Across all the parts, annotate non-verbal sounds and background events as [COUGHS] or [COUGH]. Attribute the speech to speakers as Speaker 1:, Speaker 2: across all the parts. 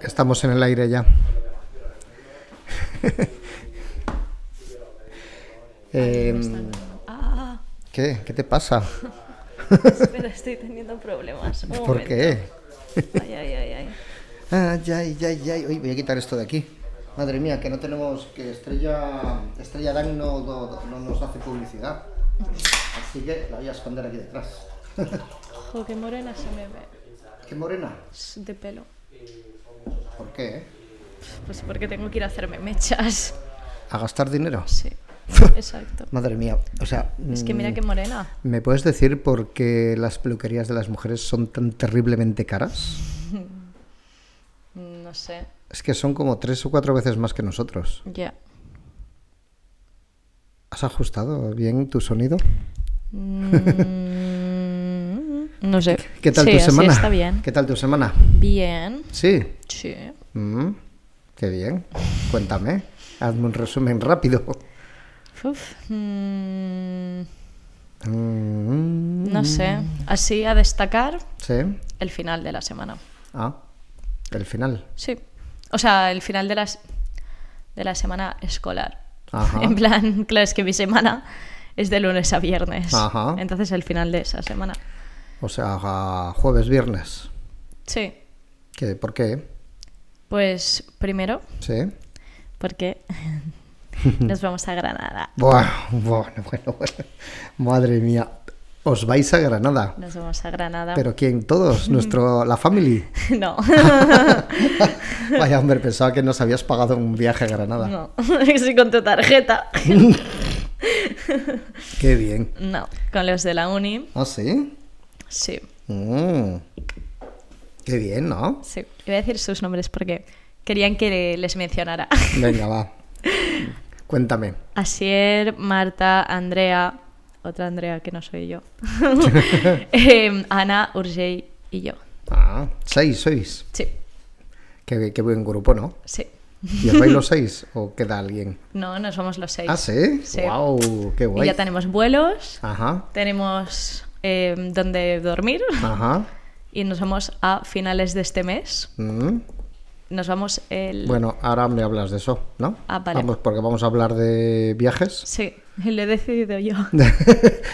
Speaker 1: Estamos en el aire
Speaker 2: [LAUGHS]
Speaker 1: ya. Em,
Speaker 2: Ah,
Speaker 1: ¿Qué? ¿Qué te pasa?
Speaker 2: espera, estoy teniendo problemas. Un
Speaker 1: ¿Por qué? Ah,
Speaker 2: momento. Ay, ay, ay, ay.
Speaker 1: Ay, ay, ay, ay. Uy, voy a quitar esto de aquí. Madre mía, que no tenemos. que Estrella. Estrella Dan no, no- no nos hace publicidad. Así que la voy a esconder aquí detrás. [LAUGHS]
Speaker 2: Jo, qué morena se me ve.
Speaker 1: ¡Qué morena!
Speaker 2: Es De pelo.
Speaker 1: ¿Por qué? eh?
Speaker 2: Pues porque tengo que ir a hacerme mechas.
Speaker 1: ¿A gastar dinero?
Speaker 2: Sí, exacto.
Speaker 1: Madre mía, o sea.
Speaker 2: Es que mira
Speaker 1: mm,
Speaker 2: qué morena.
Speaker 1: ¿Me puedes decir por qué las peluquerías de las mujeres son tan terriblemente caras?
Speaker 2: No sé.
Speaker 1: Es que son como tres o cuatro veces más que nosotros.
Speaker 2: Ya.
Speaker 1: ¿Has ajustado bien tu sonido?
Speaker 2: Mm, no sé.
Speaker 1: ¿Qué tal
Speaker 2: Sí,
Speaker 1: tu
Speaker 2: así
Speaker 1: semana?
Speaker 2: está bien.
Speaker 1: ¿Qué tal tu semana?
Speaker 2: Bien.
Speaker 1: Sí.
Speaker 2: Sí.
Speaker 1: Mm, qué bien. Cuéntame. Hazme un resumen rápido.
Speaker 2: Uf. Mm,
Speaker 1: Mm,
Speaker 2: no sé. Así a destacar
Speaker 1: sí.
Speaker 2: el final de la semana.
Speaker 1: Ah, el final.
Speaker 2: Sí. O sea, el final de las de la semana escolar.
Speaker 1: Ajá.
Speaker 2: [LAUGHS] En plan, claro, es que mi semana es de lunes a viernes.
Speaker 1: Ajá.
Speaker 2: Entonces el final de esa semana.
Speaker 1: O sea, a jueves, viernes.
Speaker 2: Sí.
Speaker 1: ¿Qué? ¿Por qué?
Speaker 2: Pues primero,
Speaker 1: Sí. [LAUGHS]
Speaker 2: porque nos vamos a Granada.
Speaker 1: Buah, [LAUGHS] bueno, bueno, bueno. Madre mía. Os vais a Granada.
Speaker 2: Nos vamos a Granada.
Speaker 1: ¿Pero quién? ¿Todos? ¿Nuestro, la family?
Speaker 2: [LAUGHS] No.
Speaker 1: Vaya, hombre, pensaba que nos habías pagado un viaje a Granada.
Speaker 2: [LAUGHS] no. [LAUGHS] Sí, con tu tarjeta. [LAUGHS]
Speaker 1: Qué bien.
Speaker 2: No. Con los de la uni.
Speaker 1: ¿Ah, sí?
Speaker 2: Sí.
Speaker 1: Mm. Qué bien, ¿no?
Speaker 2: Sí. Iba a decir sus nombres porque querían que les mencionara.
Speaker 1: Venga, va. Cuéntame.
Speaker 2: Asier, Marta, Andrea, otra Andrea que no
Speaker 1: [LAUGHS]
Speaker 2: soy yo, [LAUGHS] Em, Ana, Urgey y yo.
Speaker 1: Ah, seis sois.
Speaker 2: Sí,
Speaker 1: Qué, qué buen grupo, ¿no?
Speaker 2: sí.
Speaker 1: ¿Y os vais los seis o queda alguien?
Speaker 2: No, no somos los seis.
Speaker 1: Ah, ¿sí?
Speaker 2: Sí.
Speaker 1: ¡Wow! ¡Qué
Speaker 2: Y
Speaker 1: guay!
Speaker 2: ya tenemos vuelos,
Speaker 1: Ajá,
Speaker 2: tenemos em, donde dormir
Speaker 1: ajá.
Speaker 2: y nos vamos a finales de este mes.
Speaker 1: Mm.
Speaker 2: Nos vamos el...
Speaker 1: Bueno, ahora me hablas de eso, ¿no?
Speaker 2: Ah, vale.
Speaker 1: Vamos, porque vamos a hablar de viajes.
Speaker 2: Sí, [LAUGHS] lo he
Speaker 1: [LAUGHS]
Speaker 2: decidido yo.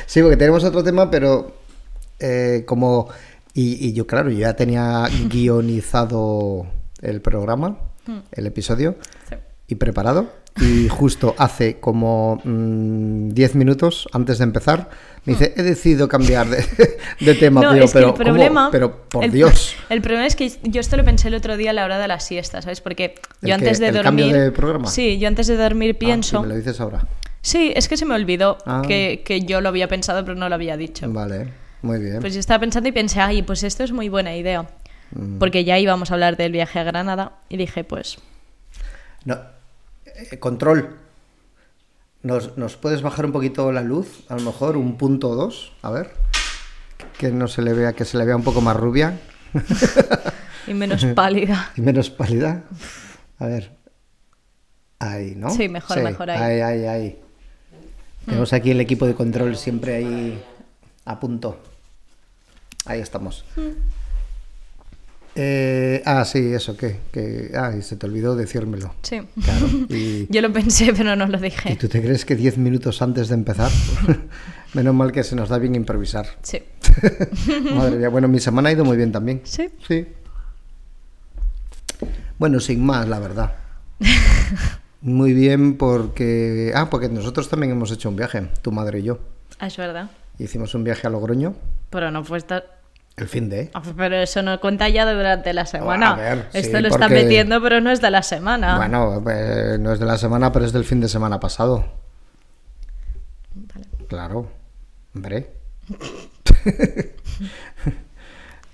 Speaker 1: sí, porque tenemos otro tema, pero eh, como... Y, y yo, claro, yo ya
Speaker 2: [LAUGHS]
Speaker 1: tenía guionizado el programa,
Speaker 2: Mm.
Speaker 1: el episodio,
Speaker 2: Sí.
Speaker 1: y preparado. Y justo hace como mm, 10 minutos antes de empezar, me dice, he decidido cambiar de, [LAUGHS] de tema,
Speaker 2: Mm. No,
Speaker 1: tío,
Speaker 2: es que
Speaker 1: pero,
Speaker 2: el
Speaker 1: ¿cómo?
Speaker 2: problema.
Speaker 1: pero por
Speaker 2: el-
Speaker 1: Dios.
Speaker 2: [LAUGHS] El problema es que yo esto lo pensé el otro día a la hora de la siesta, ¿sabes? Porque
Speaker 1: ¿El
Speaker 2: yo antes
Speaker 1: qué?
Speaker 2: de
Speaker 1: ¿El
Speaker 2: dormir.
Speaker 1: cambio de programa?
Speaker 2: Sí, yo antes de dormir
Speaker 1: Ah,
Speaker 2: pienso.
Speaker 1: y me lo dices ahora.
Speaker 2: Sí, es que se me olvidó
Speaker 1: Ah.
Speaker 2: que, que yo lo había pensado, pero no lo había dicho.
Speaker 1: Vale, muy bien.
Speaker 2: Pues yo estaba pensando y pensé, ay, pues esto es muy buena idea.
Speaker 1: Mm.
Speaker 2: Porque ya íbamos a hablar del viaje a Granada y dije, pues,
Speaker 1: No, eh, control. ¿Nos, nos puedes bajar un poquito la luz? A lo mejor un punto o dos, a ver. Que no se le vea, que se le vea un poco más rubia [LAUGHS]
Speaker 2: y menos pálida.
Speaker 1: y menos pálida. A ver. Ahí, ¿no?
Speaker 2: Sí, mejor, mejor
Speaker 1: Ahí,
Speaker 2: ahí.
Speaker 1: ahí, ahí. Tenemos aquí el equipo de control siempre ahí a punto. Ahí estamos.
Speaker 2: Mm.
Speaker 1: Eh, ah, sí, eso, ¿qué? que Ah, y se te olvidó
Speaker 2: [LAUGHS]
Speaker 1: decírmelo.
Speaker 2: Sí.
Speaker 1: Claro. Y,
Speaker 2: Yo lo pensé, pero no lo
Speaker 1: ¿Y
Speaker 2: dije.
Speaker 1: tú te crees que 10 minutos antes de empezar? [LAUGHS] Menos mal que se nos da bien improvisar.
Speaker 2: Sí.
Speaker 1: Madre mía, bueno, mi semana ha ido muy bien también.
Speaker 2: Sí.
Speaker 1: Sí. Bueno, sin más, la verdad. Muy bien porque... Ah, porque nosotros también hemos hecho un viaje, tu madre y yo.
Speaker 2: Ah, es verdad.
Speaker 1: Hicimos un viaje a Logroño,
Speaker 2: Pero no fue esta-
Speaker 1: el fin de...
Speaker 2: Ah, Pero eso no cuenta ya durante la semana.
Speaker 1: A ver, sí,
Speaker 2: Esto lo está
Speaker 1: porque-
Speaker 2: metiendo, pero no es de la semana.
Speaker 1: Bueno, eh, no es de la semana, pero es del fin de semana pasado.
Speaker 2: Vale.
Speaker 1: Claro,
Speaker 2: [LAUGHS]
Speaker 1: hombre.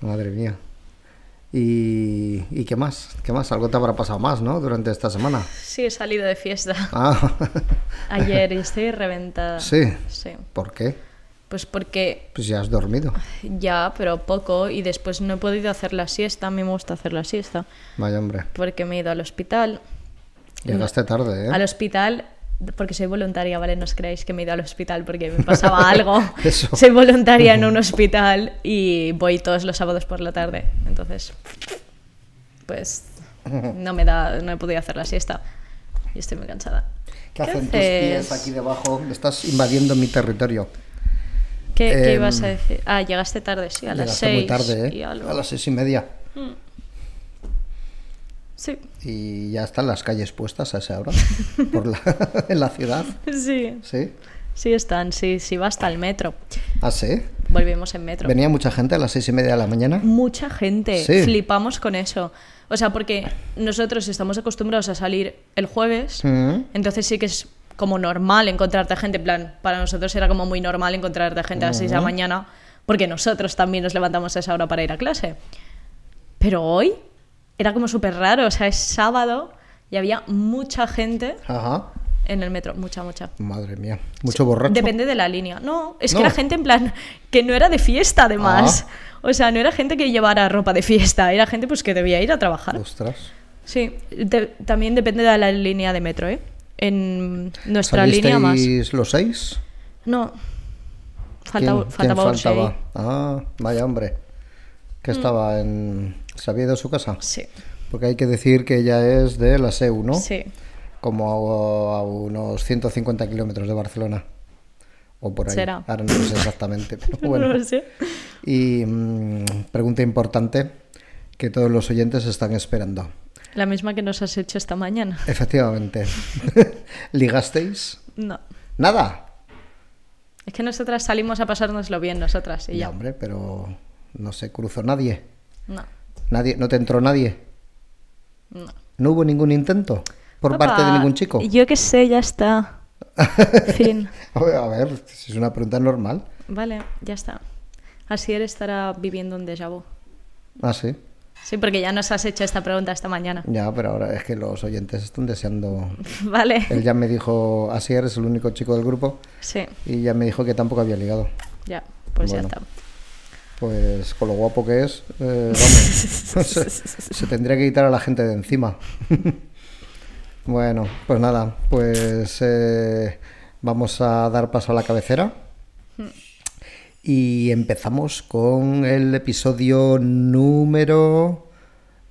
Speaker 1: Madre mía. ¿Y, y qué más? ¿Qué más? Algo te habrá pasado más, ¿no? Durante esta
Speaker 2: [LAUGHS]
Speaker 1: semana.
Speaker 2: Sí, he salido de fiesta
Speaker 1: Ah,
Speaker 2: [LAUGHS]
Speaker 1: [LAUGHS]
Speaker 2: ayer y estoy reventada.
Speaker 1: sí.
Speaker 2: Sí.
Speaker 1: ¿Por qué?
Speaker 2: Pues porque
Speaker 1: Pues ya has dormido.
Speaker 2: Ya, pero poco. Y después no he podido hacer la siesta. A mí me gusta hacer la siesta.
Speaker 1: Vaya hombre.
Speaker 2: Porque me he ido al hospital.
Speaker 1: Llegaste tarde, ¿eh?
Speaker 2: Al hospital, porque soy voluntaria, ¿vale? No os creáis que me he ido al hospital porque
Speaker 1: [LAUGHS]
Speaker 2: me pasaba algo.
Speaker 1: Eso.
Speaker 2: Soy voluntaria en un hospital y voy todos los sábados por la tarde. Entonces, pues No me da, no he podido hacer la siesta. Y estoy muy cansada.
Speaker 1: ¿Qué, hacen tus pies
Speaker 2: haces?
Speaker 1: aquí debajo? Estás invadiendo mi territorio.
Speaker 2: ¿Qué, qué
Speaker 1: Em,
Speaker 2: ibas a decir? Ah, llegaste tarde, sí, a las
Speaker 1: Llegaste
Speaker 2: seis.
Speaker 1: muy tarde,
Speaker 2: y
Speaker 1: ¿eh?
Speaker 2: algo. Mm.
Speaker 1: A las seis y media.
Speaker 2: Sí, [LAUGHS]
Speaker 1: Y ya están las calles puestas a esa hora por la, en la ciudad.
Speaker 2: sí,
Speaker 1: ¿Sí?
Speaker 2: sí están, sí, sí va hasta el metro.
Speaker 1: ¿Ah, sí?
Speaker 2: Volvimos en metro.
Speaker 1: ¿Venía mucha gente a las seis y media de la mañana?
Speaker 2: Mucha gente,
Speaker 1: Sí.
Speaker 2: flipamos con eso. O sea, porque nosotros estamos acostumbrados a salir el jueves,
Speaker 1: Mm.
Speaker 2: entonces sí que es como normal encontrarte gente. En plan, para nosotros era como muy normal encontrarte gente a las 6 de la mañana, porque nosotros también nos levantamos a esa hora para ir a clase. Pero hoy era como súper raro, o sea, es sábado y había mucha gente
Speaker 1: Ajá.
Speaker 2: en el metro, mucha, mucha.
Speaker 1: Madre mía. Mucho borracho.
Speaker 2: Depende de la línea. No, es que
Speaker 1: No. Ah.
Speaker 2: era gente en plan que no era de fiesta además. O sea, no era gente que llevara ropa de fiesta, era gente pues que debía ir a trabajar.
Speaker 1: Ostras.
Speaker 2: Sí, de- también depende de la línea de metro, ¿eh? En nuestra línea más.
Speaker 1: ¿Salisteis los seis?
Speaker 2: No.
Speaker 1: ¿Quién-
Speaker 2: Falta,
Speaker 1: quién
Speaker 2: faltaba Ursay.
Speaker 1: faltaba? Ah, vaya hombre. Que estaba en... ¿Se había ido a su casa?
Speaker 2: Sí,
Speaker 1: Porque hay que decir que ella es de la SEU, ¿no?
Speaker 2: sí.
Speaker 1: Como a, a unos 150 kilómetros de Barcelona. O por ahí.
Speaker 2: Será.
Speaker 1: Ahora no lo sé exactamente,
Speaker 2: [LAUGHS]
Speaker 1: pero Pues bueno.
Speaker 2: No lo sé.
Speaker 1: Y mm, pregunta importante que todos los oyentes están esperando.
Speaker 2: La misma que nos has hecho esta mañana.
Speaker 1: Efectivamente. [LAUGHS] ¿Ligasteis?
Speaker 2: No.
Speaker 1: Nada.
Speaker 2: Es que nosotras salimos a pasárnoslo bien, nosotras y
Speaker 1: Ya,
Speaker 2: ya.
Speaker 1: hombre, pero no se cruzó nadie.
Speaker 2: No.
Speaker 1: Nadie, no te entró nadie.
Speaker 2: No.
Speaker 1: No hubo ningún intento por
Speaker 2: Papá,
Speaker 1: parte de ningún chico. [LAUGHS]
Speaker 2: Yo qué sé, ya está. Fin.
Speaker 1: A ver, a ver, es una pregunta normal.
Speaker 2: Vale, ya está. Así él estará viviendo un déjà vu.
Speaker 1: Ah, sí.
Speaker 2: Sí, porque ya nos has hecho esta pregunta esta mañana. [LAUGHS]
Speaker 1: Ya, pero ahora es que los oyentes están deseando.
Speaker 2: Vale.
Speaker 1: Él ya me dijo, así eres el único chico del grupo,
Speaker 2: Sí,
Speaker 1: y ya me dijo que tampoco había ligado.
Speaker 2: ya, pues
Speaker 1: Bueno.
Speaker 2: ya está.
Speaker 1: Pues con lo guapo que es, eh, vamos, [LAUGHS] se, se tendría que quitar a la gente de encima. [LAUGHS] bueno, pues nada, pues eh, vamos a dar paso a la cabecera. Y empezamos con el episodio número...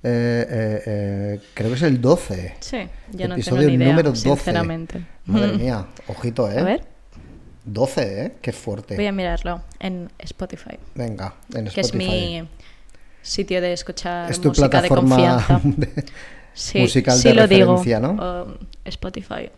Speaker 1: eh, eh, eh, creo que es el 12.
Speaker 2: Sí, yo no tengo
Speaker 1: episodio
Speaker 2: ni idea,
Speaker 1: número 12.
Speaker 2: sinceramente. [LAUGHS]
Speaker 1: Madre mía, ojito, ¿eh?
Speaker 2: A ver,
Speaker 1: 12, ¿eh? Qué fuerte.
Speaker 2: voy a mirarlo en Spotify,
Speaker 1: Venga, en
Speaker 2: que es
Speaker 1: Spotify.
Speaker 2: mi sitio de escuchar
Speaker 1: Es tu
Speaker 2: música
Speaker 1: plataforma
Speaker 2: de confianza.
Speaker 1: [LAUGHS] de-
Speaker 2: Sí,
Speaker 1: musical
Speaker 2: sí
Speaker 1: de
Speaker 2: lo digo.
Speaker 1: referencia, ¿no?
Speaker 2: O Spotify.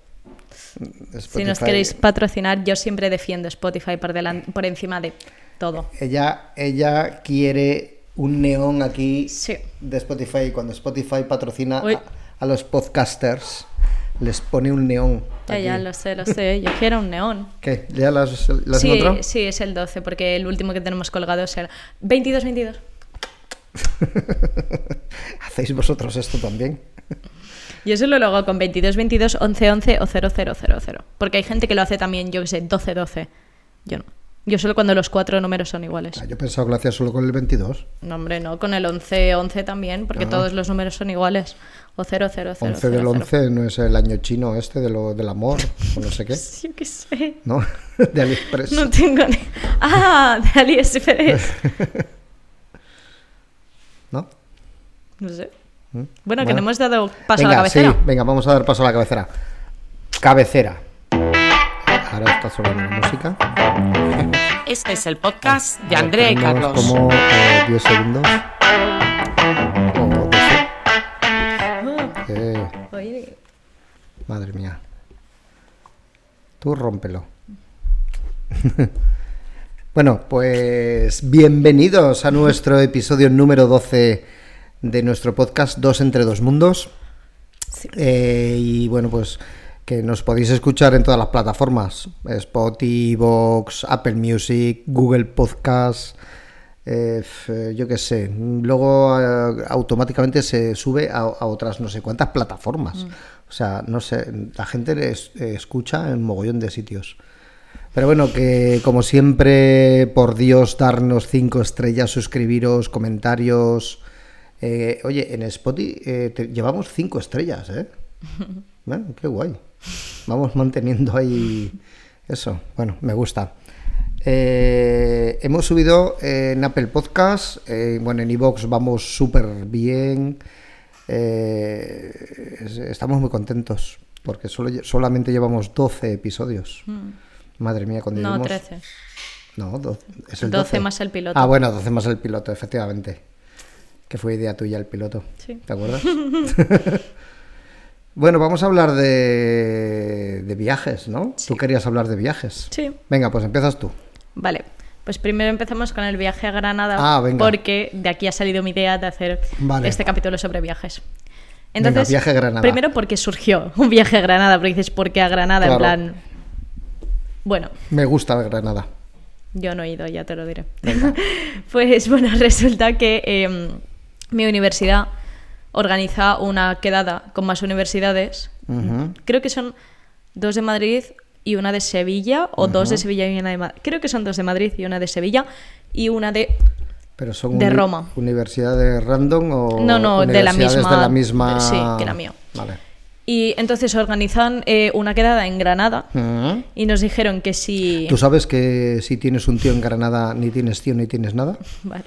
Speaker 2: Si nos
Speaker 1: Spotify.
Speaker 2: queréis patrocinar, yo siempre defiendo Spotify por, delan- por encima de todo.
Speaker 1: Ella, ella quiere un neón aquí
Speaker 2: Sí.
Speaker 1: de Spotify. Cuando Spotify patrocina
Speaker 2: Uy.
Speaker 1: a, a los podcasters, les pone un neón.
Speaker 2: Ya,
Speaker 1: aquí.
Speaker 2: ya, lo sé, lo sé. Yo quiero un neón.
Speaker 1: ¿Qué? ¿Ya las has lo has
Speaker 2: sí,
Speaker 1: encontrado?
Speaker 2: sí, es el 12, porque el último que tenemos colgado es el 22-22.
Speaker 1: [LAUGHS] ¿Hacéis vosotros esto también?
Speaker 2: Yo eso lo hago con 22-22, 11-11 o 0000. Porque hay gente que lo hace también, yo que sé, 12-12. Yo no. Yo solo cuando los cuatro números son iguales.
Speaker 1: Ah, Yo pensaba que lo hacía solo con el 22.
Speaker 2: No, hombre, no, con el 11-11 también, porque
Speaker 1: Ah.
Speaker 2: todos los números son iguales. O 0000.
Speaker 1: 11 del 11 no es el año chino este de lo, del amor o no sé qué.
Speaker 2: [LAUGHS] Yo qué sé.
Speaker 1: ¿No? [LAUGHS] De AliExpress.
Speaker 2: No tengo ni... [LAUGHS] Ah,
Speaker 1: [LAUGHS]
Speaker 2: de AliExpress.
Speaker 1: ¿No?
Speaker 2: No sé.
Speaker 1: ¿Mm?
Speaker 2: Bueno, que no hemos dado paso
Speaker 1: venga,
Speaker 2: a la cabecera.
Speaker 1: Sí, venga, vamos a dar paso a la cabecera. Cabecera. Ahora está sonando la música.
Speaker 3: Este es el podcast de Andrea y
Speaker 1: Tenemos
Speaker 3: Carlos.
Speaker 1: Como eh, 10 segundos. O 12.
Speaker 2: Ah.
Speaker 1: Eh,
Speaker 2: Oye,
Speaker 1: madre mía. Tú rómpelo. [LAUGHS] bueno, pues bienvenidos a nuestro episodio número 12 de nuestro podcast Dos entre dos mundos.
Speaker 2: sí.
Speaker 1: Eh, y bueno, pues que nos podéis escuchar en todas las plataformas: Spotify, Vox, Apple Music, Google Podcast. eh, f- eh, yo qué sé, luego eh, automáticamente se sube a, a otras no sé cuántas plataformas. O sea, no sé, la gente les- eh, escucha en mogollón de sitios. Pero bueno, que como siempre, por Dios, darnos cinco estrellas, suscribiros, comentarios. Eh, oye, en Spotify eh, te- llevamos cinco estrellas, ¿eh? Bueno, qué guay. Vamos manteniendo ahí eso. Bueno, me gusta. Eh, hemos subido en Apple Podcast, eh, bueno, en iVoox vamos súper bien. eh, es- estamos muy contentos porque solo, lle- solamente llevamos 12 episodios. Madre mía, cuando
Speaker 2: No,
Speaker 1: lleguemos-
Speaker 2: 13.
Speaker 1: No, do- es el
Speaker 2: 12
Speaker 1: 12.
Speaker 2: más el piloto.
Speaker 1: Ah, bueno, 12 más el piloto, efectivamente. Que fue idea tuya el piloto.
Speaker 2: Sí.
Speaker 1: ¿Te
Speaker 2: [LAUGHS]
Speaker 1: acuerdas? [LAUGHS] bueno, vamos a hablar de, de viajes, ¿no? Tú querías hablar de viajes.
Speaker 2: Sí.
Speaker 1: Venga, pues empiezas tú.
Speaker 2: Vale, pues primero empezamos con el viaje a Granada,
Speaker 1: Ah, venga.
Speaker 2: porque de aquí ha salido mi idea de hacer
Speaker 1: Vale.
Speaker 2: este capítulo sobre viajes.
Speaker 1: Venga,
Speaker 2: Entonces,
Speaker 1: viaje a Granada.
Speaker 2: primero porque surgió [LAUGHS] un viaje a Granada, porque dices, ¿por qué a Granada?
Speaker 1: Claro.
Speaker 2: En plan, bueno,
Speaker 1: Me gusta Granada.
Speaker 2: yo no he ido, ya te lo diré. [LAUGHS] pues bueno, [LAUGHS] resulta que eh, mi universidad organiza una quedada con más universidades
Speaker 1: Ujú.
Speaker 2: creo que son dos de Madrid y una de Sevilla, o dos de Sevilla y una de Madrid. Creo que son dos de Madrid y una de Sevilla, y una de...
Speaker 1: Pero son
Speaker 2: De
Speaker 1: uni-
Speaker 2: Roma.
Speaker 1: universidades random o
Speaker 2: No, no, de la
Speaker 1: universidades
Speaker 2: misma-
Speaker 1: de la misma-
Speaker 2: sí, que la mía.
Speaker 1: Vale.
Speaker 2: Y entonces organizan eh, una quedada en Granada,
Speaker 1: Ujú.
Speaker 2: y nos dijeron que si...
Speaker 1: ¿Tú sabes que si tienes un tío en Granada ni tienes tío ni tienes nada?
Speaker 2: Vale.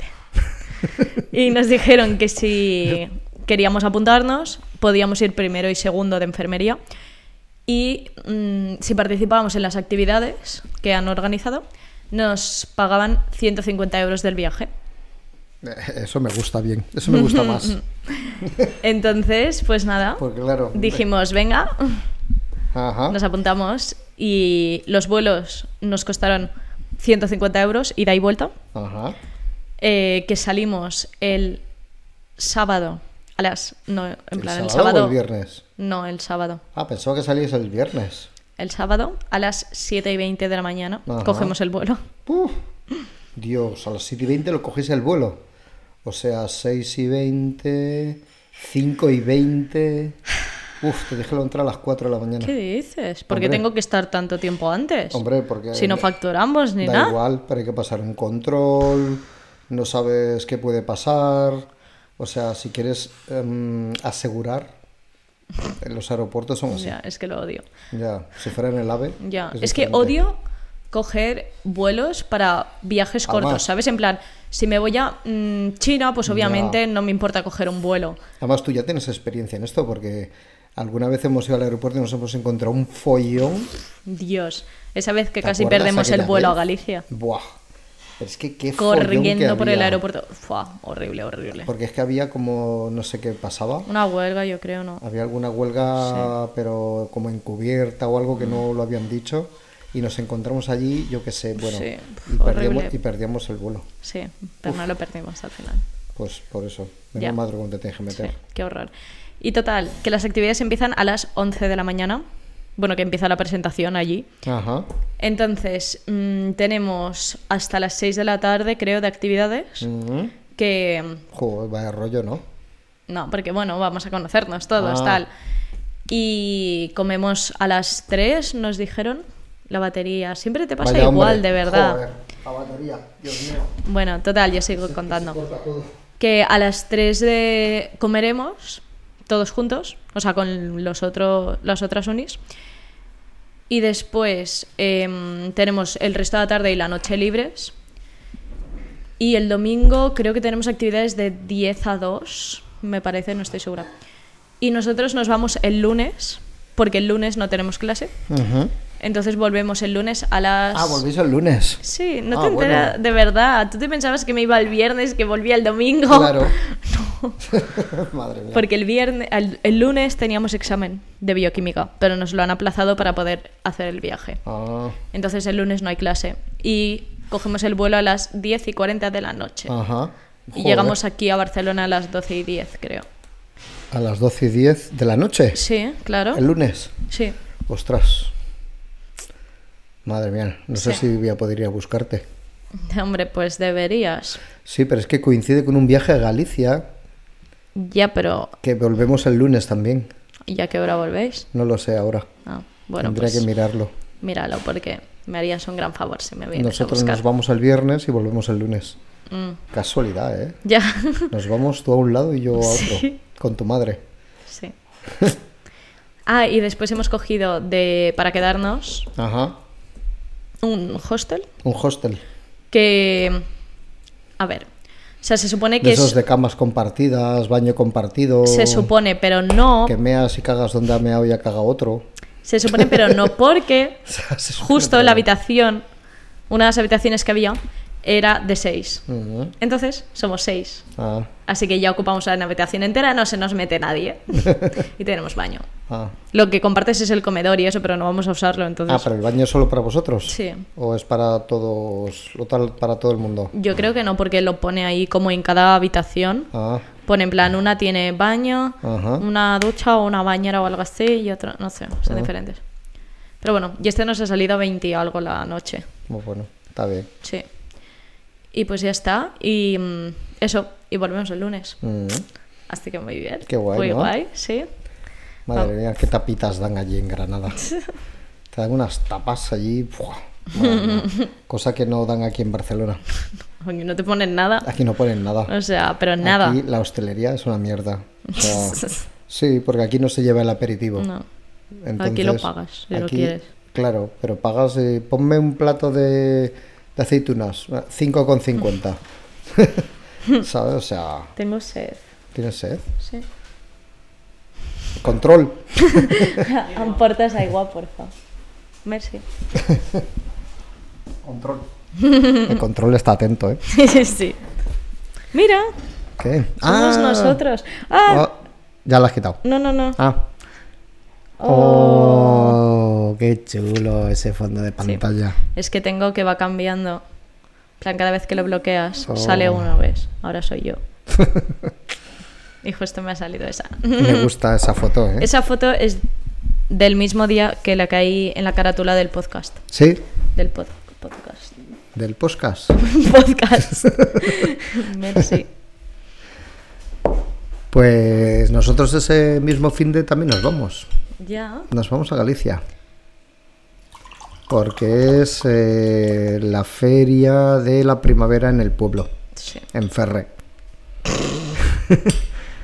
Speaker 2: Y nos dijeron que si queríamos apuntarnos, podíamos ir primero y segundo de enfermería. Y mm, si participábamos en las actividades que han organizado, nos pagaban 150 euros del viaje.
Speaker 1: Eh, Eso me gusta bien, eso me
Speaker 2: [LAUGHS]
Speaker 1: gusta más.
Speaker 2: Entonces, pues nada,
Speaker 1: Porque claro, ¿Ah?
Speaker 2: dijimos, venga,
Speaker 1: Ajá.
Speaker 2: nos apuntamos y los vuelos nos costaron 150 euros ida y vuelta,
Speaker 1: Ajá.
Speaker 2: eh, que salimos el sábado a las... No, en
Speaker 1: ¿El sábado
Speaker 2: plan, el
Speaker 1: o
Speaker 2: sábado...
Speaker 1: el viernes?
Speaker 2: No, el sábado.
Speaker 1: Ah, pensaba que salías el viernes.
Speaker 2: El sábado a las 7 y 20 de la mañana
Speaker 1: Ajá.
Speaker 2: cogemos el vuelo.
Speaker 1: Uf. Dios, a las 7 y 20 lo cogéis el vuelo. O sea, 6 y 20, 5 y 20. Uf, te dejé entrar a las 4 de la mañana.
Speaker 2: ¿Qué dices? ¿Por qué
Speaker 1: Hombre.
Speaker 2: tengo que estar tanto tiempo antes?
Speaker 1: Hombre, porque. eh,
Speaker 2: si no facturamos ni
Speaker 1: da
Speaker 2: nada.
Speaker 1: igual, pero hay que pasar un control, no sabes qué puede pasar. O sea, si quieres em, asegurar, en los aeropuertos son así.
Speaker 2: Ya,
Speaker 1: Ya,
Speaker 2: es que lo odio.
Speaker 1: si fuera en el AVE.
Speaker 2: Ya, es, que
Speaker 1: diferente.
Speaker 2: odio coger vuelos para viajes
Speaker 1: Además-
Speaker 2: cortos, ¿sabes? En plan, si me voy a mm, China, pues obviamente no me importa coger un vuelo.
Speaker 1: Además, tú ya tienes experiencia en esto porque alguna vez hemos ido al aeropuerto y nos hemos encontrado un follón.
Speaker 2: Dios, esa vez que
Speaker 1: ¿Te
Speaker 2: casi
Speaker 1: acuerdas
Speaker 2: perdemos el
Speaker 1: aquella
Speaker 2: vuelo
Speaker 1: vez?
Speaker 2: a Galicia,
Speaker 1: Buah. Pero es que qué follón que
Speaker 2: corriendo por el
Speaker 1: había.
Speaker 2: aeropuerto. Fua, horrible, horrible.
Speaker 1: Porque es que había como, no sé qué pasaba.
Speaker 2: Una huelga, yo creo, ¿no?
Speaker 1: Había alguna huelga, pero como encubierta o algo que no
Speaker 2: Mm.
Speaker 1: lo habían dicho. Y nos encontramos allí, yo qué sé, bueno,
Speaker 2: Sí,
Speaker 1: y,
Speaker 2: horrible.
Speaker 1: perdíamos, y perdíamos el vuelo.
Speaker 2: Sí, pero no lo perdimos al final.
Speaker 1: Pues por eso, de
Speaker 2: Ya.
Speaker 1: madre te tienes que
Speaker 2: Sí,
Speaker 1: meter.
Speaker 2: qué horror. Y total, que las actividades empiezan a las 11 de la mañana. Bueno, que empieza la presentación allí.
Speaker 1: Ajá.
Speaker 2: Entonces, mm, tenemos hasta las 6 de la tarde, creo, de actividades.
Speaker 1: Ujú.
Speaker 2: Que. mm,
Speaker 1: Joder, Mm-hmm. vaya rollo, ¿no?
Speaker 2: No, porque bueno, vamos a conocernos todos,
Speaker 1: Ah.
Speaker 2: tal. Y comemos a las 3, nos dijeron. La batería. Siempre te pasa
Speaker 1: Vaya
Speaker 2: igual,
Speaker 1: hombre.
Speaker 2: de verdad.
Speaker 1: Joder, la batería, Dios mío.
Speaker 2: Bueno, total, yo sigo contando.
Speaker 1: corta todo.
Speaker 2: que a las 3 de comeremos todos juntos, o sea, con los otro, las otras unis. Y después em, tenemos el resto de la tarde y la noche libres. Y el domingo creo que tenemos actividades de 10 a 2, me parece, no estoy segura. Y nosotros nos vamos el lunes, porque el lunes no tenemos clase.
Speaker 1: Ujú.
Speaker 2: Entonces volvemos el lunes a las...
Speaker 1: Ah, volvéis el lunes.
Speaker 2: Sí, no
Speaker 1: Ah,
Speaker 2: te
Speaker 1: bueno.
Speaker 2: enteras de verdad. Tú te pensabas que me iba el viernes, que volvía el domingo. [LAUGHS]
Speaker 1: Claro. [LAUGHS] Madre mía.
Speaker 2: Porque el viernes, el, el lunes teníamos examen de bioquímica, pero nos lo han aplazado para poder hacer el viaje.
Speaker 1: Ah,
Speaker 2: Entonces el lunes no hay clase y cogemos el vuelo a las 10 y 40 de la noche.
Speaker 1: ajá.
Speaker 2: Y llegamos aquí a Barcelona a las 12 y 10, creo.
Speaker 1: a las 12 y 10 de la noche.
Speaker 2: Sí, claro.
Speaker 1: El lunes.
Speaker 2: Sí. [LAUGHS]
Speaker 1: Ostras. Madre mía, no sé
Speaker 2: Sí.
Speaker 1: si voy a poder ir a buscarte.
Speaker 2: Hombre, pues deberías.
Speaker 1: Sí, pero es que coincide con un viaje a Galicia
Speaker 2: Ya, pero
Speaker 1: que volvemos el lunes también.
Speaker 2: ¿ya que hora volvéis?
Speaker 1: No lo sé ahora.
Speaker 2: Ah, bueno,
Speaker 1: Tendría
Speaker 2: pues
Speaker 1: que mirarlo.
Speaker 2: míralo porque me harías un gran favor si me vienes
Speaker 1: Nosotros
Speaker 2: a
Speaker 1: nos
Speaker 2: buscar.
Speaker 1: vamos el viernes y volvemos el lunes.
Speaker 2: Mm,
Speaker 1: Casualidad, ¿eh?
Speaker 2: ya. [LAUGHS]
Speaker 1: Nos vamos tú a un lado y yo a otro.
Speaker 2: Sí.
Speaker 1: Con tu madre.
Speaker 2: Sí. [LAUGHS] Ah, y después hemos cogido de para quedarnos
Speaker 1: Ajá.
Speaker 2: un hostel
Speaker 1: Un hostel.
Speaker 2: que a ver, sea, se supone
Speaker 1: De
Speaker 2: que
Speaker 1: esos
Speaker 2: es-
Speaker 1: de camas compartidas, baño compartido.
Speaker 2: se supone, pero no.
Speaker 1: Que meas y cagas donde ha meado y ha cagado otro. [LAUGHS]
Speaker 2: Se supone, pero no porque
Speaker 1: O sea, se supone
Speaker 2: justo
Speaker 1: todo.
Speaker 2: la habitación, una de las habitaciones que había era de seis.
Speaker 1: Ujú.
Speaker 2: Entonces, somos seis.
Speaker 1: Ah,
Speaker 2: Así que ya ocupamos la habitación entera, no se nos
Speaker 1: [LAUGHS]
Speaker 2: mete nadie. y tenemos baño.
Speaker 1: ah.
Speaker 2: Lo que compartes es el comedor y eso, pero no vamos a usarlo entonces.
Speaker 1: Ah, pero el baño es solo para vosotros.
Speaker 2: Sí.
Speaker 1: O es para todos, o tal, para todo el mundo.
Speaker 2: Yo creo que no, porque lo pone ahí como en cada habitación.
Speaker 1: Ah,
Speaker 2: Pone en plan, una tiene baño,
Speaker 1: Ajá.
Speaker 2: una ducha o una bañera o algo así, y otra, no sé, son
Speaker 1: Ah.
Speaker 2: diferentes. Pero bueno, y este nos ha salido a 20 y algo la noche.
Speaker 1: muy pues bueno, está bien.
Speaker 2: Sí. Y pues ya está. Y mm, eso, y volvemos el lunes.
Speaker 1: Mm.
Speaker 2: Así que muy bien.
Speaker 1: Qué guay,
Speaker 2: Muy
Speaker 1: ¿no?
Speaker 2: guay, sí.
Speaker 1: Madre
Speaker 2: Ah.
Speaker 1: mía, qué tapitas dan allí en
Speaker 2: [LAUGHS]
Speaker 1: Granada. Te dan unas tapas allí. ¡buah! Madre mía. Cosa que no dan aquí en Barcelona.
Speaker 2: Aunque no te ponen nada.
Speaker 1: Aquí no ponen nada.
Speaker 2: O sea, pero nada.
Speaker 1: Aquí la hostelería es una
Speaker 2: [LAUGHS]
Speaker 1: mierda. O sea, sí, porque aquí no se lleva el aperitivo.
Speaker 2: No.
Speaker 1: Entonces,
Speaker 2: Aquí lo pagas, si lo quieres.
Speaker 1: Claro, pero pagas, eh, ponme un plato de, de aceitunas,
Speaker 2: [LAUGHS]
Speaker 1: 5,50. ¿Sabes? O sea,
Speaker 2: Tengo sed.
Speaker 1: tienes sed.
Speaker 2: Sí. [LAUGHS]
Speaker 1: Control.
Speaker 2: Em portes aigua, porfa. Merci.
Speaker 1: Control. El control está atento, ¿eh?
Speaker 2: [LAUGHS] sí. Mira,
Speaker 1: ¿Qué?
Speaker 2: somos
Speaker 1: Ah.
Speaker 2: nosotros. Ah,
Speaker 1: Oh, ya la has quitado.
Speaker 2: no, no, no.
Speaker 1: Ah.
Speaker 2: Oh.
Speaker 1: Oh, qué chulo ese fondo de
Speaker 2: [LAUGHS]
Speaker 1: pantalla.
Speaker 2: Es que tengo que va cambiando. En plan, cada vez que lo bloqueas,
Speaker 1: Oh.
Speaker 2: sale uno, ¿ves? Ahora soy yo. y justo me ha salido esa. [LAUGHS]
Speaker 1: Me gusta esa foto, ¿eh?
Speaker 2: esa foto es del mismo día que la que hay en la carátula del podcast.
Speaker 1: Sí,
Speaker 2: Del pod- podcast. [LAUGHS]
Speaker 1: del podcast.
Speaker 2: podcast. Merci.
Speaker 1: Pues nosotros ese mismo fin de también nos vamos.
Speaker 2: Ya.
Speaker 1: Nos vamos a Galicia. Porque es eh, la feria de la primavera en el pueblo,
Speaker 2: Sí.
Speaker 1: en Ferre.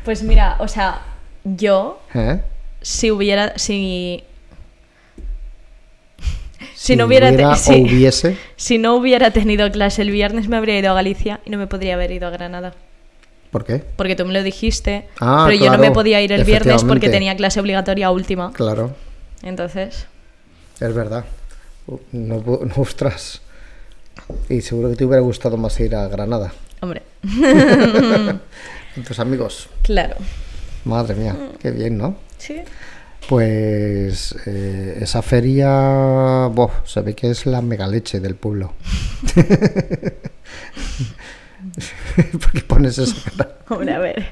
Speaker 2: Pues mira, o sea, yo,
Speaker 1: ¿Eh?
Speaker 2: si hubiera. Si.
Speaker 1: Si
Speaker 2: no hubiera te- [LAUGHS]
Speaker 1: hubiera
Speaker 2: sí.
Speaker 1: o hubiese,
Speaker 2: Si no hubiera tenido clase el viernes, me habría ido a Galicia y no me podría haber ido a Granada.
Speaker 1: ¿por qué?
Speaker 2: Porque tú me lo dijiste,
Speaker 1: Ah,
Speaker 2: pero yo no
Speaker 1: claro,
Speaker 2: me podía ir el viernes porque
Speaker 1: efectivamente.
Speaker 2: tenía clase obligatoria última.
Speaker 1: Claro,
Speaker 2: Entonces,
Speaker 1: es verdad. U- No, pu- [LAUGHS] no, ostras. Y seguro que te hubiera gustado más ir a Granada.
Speaker 2: hombre, [LAUGHS]
Speaker 1: Entonces, amigos,
Speaker 2: claro.
Speaker 1: madre mía, qué bien, ¿no?
Speaker 2: Sí.
Speaker 1: Pues eh, esa feria, boh, se ve que es la megaleche del pueblo. [LAUGHS] ¿Por qué pones esa cara?
Speaker 2: Hombre, a ver,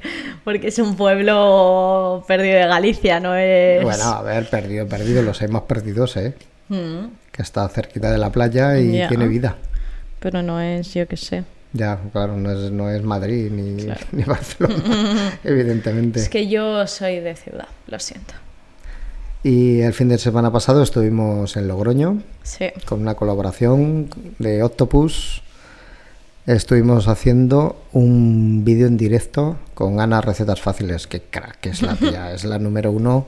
Speaker 2: porque es un pueblo perdido de Galicia, no es.
Speaker 1: Bueno, a ver, perdido, perdido, los hay más perdidos, ¿eh?
Speaker 2: Mm,
Speaker 1: Que está cerquita de la playa y
Speaker 2: Ya.
Speaker 1: tiene vida.
Speaker 2: pero no es, yo qué sé.
Speaker 1: Ya, claro, no es, no es Madrid ni, [LAUGHS] ni
Speaker 2: [LAUGHS]
Speaker 1: Barcelona, evidentemente.
Speaker 2: Es que yo soy de ciudad, lo siento.
Speaker 1: Y el fin de semana pasado estuvimos en Logroño,
Speaker 2: Sí.
Speaker 1: con una colaboración de Octopus. Estuvimos haciendo un vídeo en directo con Ana Recetas Fáciles, que crack es
Speaker 2: [LAUGHS]
Speaker 1: la tía, es la número uno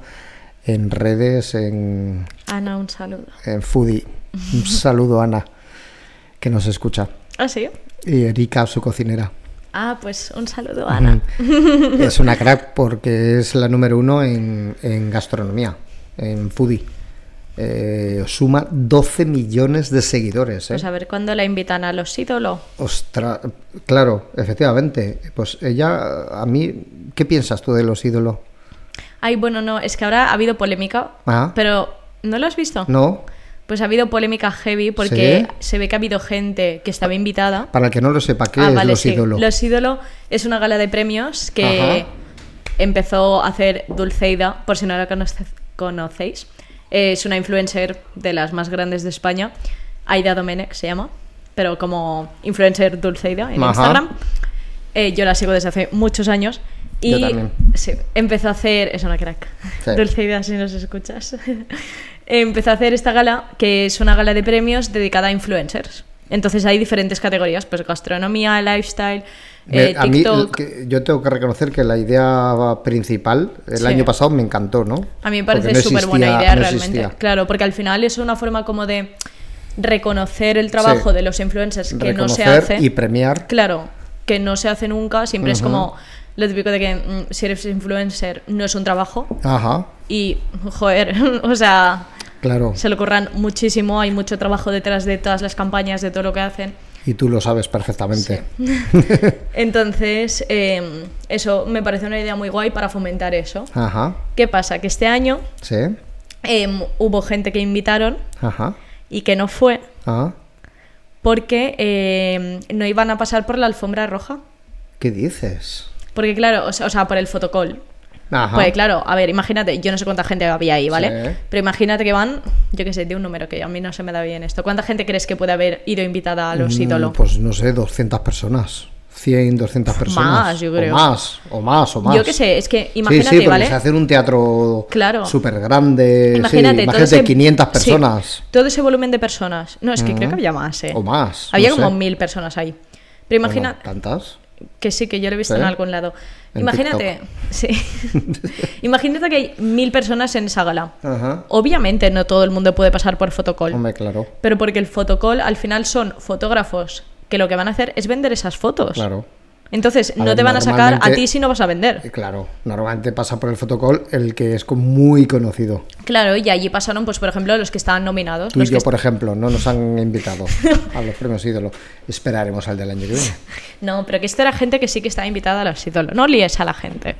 Speaker 1: en redes, en,
Speaker 2: Ana, un saludo.
Speaker 1: en Foodie.
Speaker 2: [LAUGHS]
Speaker 1: Un saludo Ana, que nos escucha.
Speaker 2: ¿Ah, sí?
Speaker 1: Y Erika, su cocinera.
Speaker 2: Ah, pues un saludo, Ana.
Speaker 1: Es una crack porque es la número uno en, en gastronomía, en Foodie. Eh, suma 12 millones de seguidores. ¿eh?
Speaker 2: Pues a ver cuándo la invitan a los ídolos.
Speaker 1: Ostras, claro, efectivamente. Pues ella, a mí, ¿qué piensas tú de los ídolos?
Speaker 2: Ay, bueno, no, es que ahora ha habido polémica,
Speaker 1: Ah.
Speaker 2: pero ¿no lo has visto?
Speaker 1: No,
Speaker 2: Pues ha habido polémica heavy porque
Speaker 1: Sí.
Speaker 2: se ve que ha habido gente que estaba invitada.
Speaker 1: para el que no lo sepa, ¿qué
Speaker 2: Ah,
Speaker 1: es
Speaker 2: vale,
Speaker 1: los
Speaker 2: sí.
Speaker 1: ídolos?
Speaker 2: Los ídolos es una gala de premios que
Speaker 1: Ajá.
Speaker 2: empezó a hacer Dulceida, por si no la conoce- conocéis. Es una influencer de las más grandes de España. Aida Domenech se llama, pero como influencer Dulceida en
Speaker 1: Ajá.
Speaker 2: Instagram. Eh, yo la sigo desde hace muchos años. Y
Speaker 1: Yo también.
Speaker 2: sí, empezó a hacer. Es una crack.
Speaker 1: Sí.
Speaker 2: Dulceida, si nos escuchas. [LAUGHS] empezó a hacer esta gala, que es una gala de premios dedicada a influencers. Entonces hay diferentes categorías: pues gastronomía, lifestyle,
Speaker 1: Me-
Speaker 2: eh,
Speaker 1: a mí,
Speaker 2: TikTok.
Speaker 1: que- yo tengo que reconocer que la idea principal, el
Speaker 2: Sí.
Speaker 1: año pasado me encantó, ¿no?
Speaker 2: A mí me parece
Speaker 1: Porque no
Speaker 2: súper buena
Speaker 1: existía-
Speaker 2: idea
Speaker 1: no
Speaker 2: realmente.
Speaker 1: existía.
Speaker 2: Claro, porque al final es una forma como de reconocer el trabajo
Speaker 1: Sí.
Speaker 2: de los influencers que no se
Speaker 1: Reconocer
Speaker 2: hace.
Speaker 1: y premiar
Speaker 2: Claro. que no se hace nunca, siempre es
Speaker 1: Ujú.
Speaker 2: como lo típico de que mm, si eres influencer no es un trabajo
Speaker 1: Ajá,
Speaker 2: y, joder, [LAUGHS] o sea,
Speaker 1: claro.
Speaker 2: se lo corran muchísimo, hay mucho trabajo detrás de todas las campañas, de todo lo que hacen.
Speaker 1: Y tú lo sabes perfectamente.
Speaker 2: Entonces, eh, eso me parece una idea muy guay para fomentar eso.
Speaker 1: [LAUGHS] Ajá,
Speaker 2: ¿Qué pasa? Que este año
Speaker 1: sí.
Speaker 2: em, hubo gente que invitaron
Speaker 1: Ajá,
Speaker 2: y que no fue
Speaker 1: ajá.
Speaker 2: porque em, no iban a pasar por la alfombra roja.
Speaker 1: ¿Qué dices?
Speaker 2: Porque claro, o sea, o sea, por el fotocall.
Speaker 1: Ajá.
Speaker 2: Pues claro, a ver, imagínate, yo no sé cuánta gente había ahí, ¿vale?
Speaker 1: Sí.
Speaker 2: Pero imagínate que van, yo qué sé, de un número que a mí no se me da bien esto. ¿Cuánta gente crees que puede haber ido invitada a los
Speaker 1: Mm,
Speaker 2: ídolos?
Speaker 1: Pues no sé, 200 personas. 100, 200 personas.
Speaker 2: Más, yo creo.
Speaker 1: O más, o más, o más.
Speaker 2: Yo qué sé, es que
Speaker 1: Sí, sí,
Speaker 2: imagínate,
Speaker 1: porque
Speaker 2: ¿vale?
Speaker 1: se hace en un teatro
Speaker 2: Claro.
Speaker 1: súper grande.
Speaker 2: Imagínate, todo
Speaker 1: Eh, imagínate
Speaker 2: ese-
Speaker 1: 500
Speaker 2: sí,
Speaker 1: personas. Mm.
Speaker 2: todo ese volumen de personas. No, es que creo que había más, ¿eh?
Speaker 1: O más,
Speaker 2: Había
Speaker 1: no
Speaker 2: como
Speaker 1: sé.
Speaker 2: mil personas ahí. Pero
Speaker 1: Bueno,
Speaker 2: imagina
Speaker 1: ¿Tantas?
Speaker 2: que sí, que yo lo he visto
Speaker 1: Sí.
Speaker 2: en algún lado.
Speaker 1: En
Speaker 2: imagínate, sí.
Speaker 1: [LAUGHS]
Speaker 2: [LAUGHS] imagínate que hay mil personas en esa gala.
Speaker 1: Ajá.
Speaker 2: Obviamente no todo el mundo puede pasar por fotocall.
Speaker 1: Hombre, claro.
Speaker 2: Pero porque el fotocall al final son fotógrafos que lo que van a hacer es vender esas fotos. [LAUGHS]
Speaker 1: Claro.
Speaker 2: Entonces,
Speaker 1: A
Speaker 2: no
Speaker 1: ver,
Speaker 2: te van a sacar a
Speaker 1: normalmente-
Speaker 2: ti si no vas a
Speaker 1: Eh,
Speaker 2: vender.
Speaker 1: Claro. Normalmente pasa por el fotocall el que es como muy conocido.
Speaker 2: Claro, y allí pasaron, pues, por ejemplo, los que estaban nominados.
Speaker 1: Tú
Speaker 2: los
Speaker 1: y yo,
Speaker 2: que
Speaker 1: por ejemplo, no nos han
Speaker 2: [LAUGHS]
Speaker 1: invitado a los premios ídolos. Esperaremos al del año que viene.
Speaker 2: No, pero que esto era gente que sí que estaba invitada a los ídolos. No líes a la gente.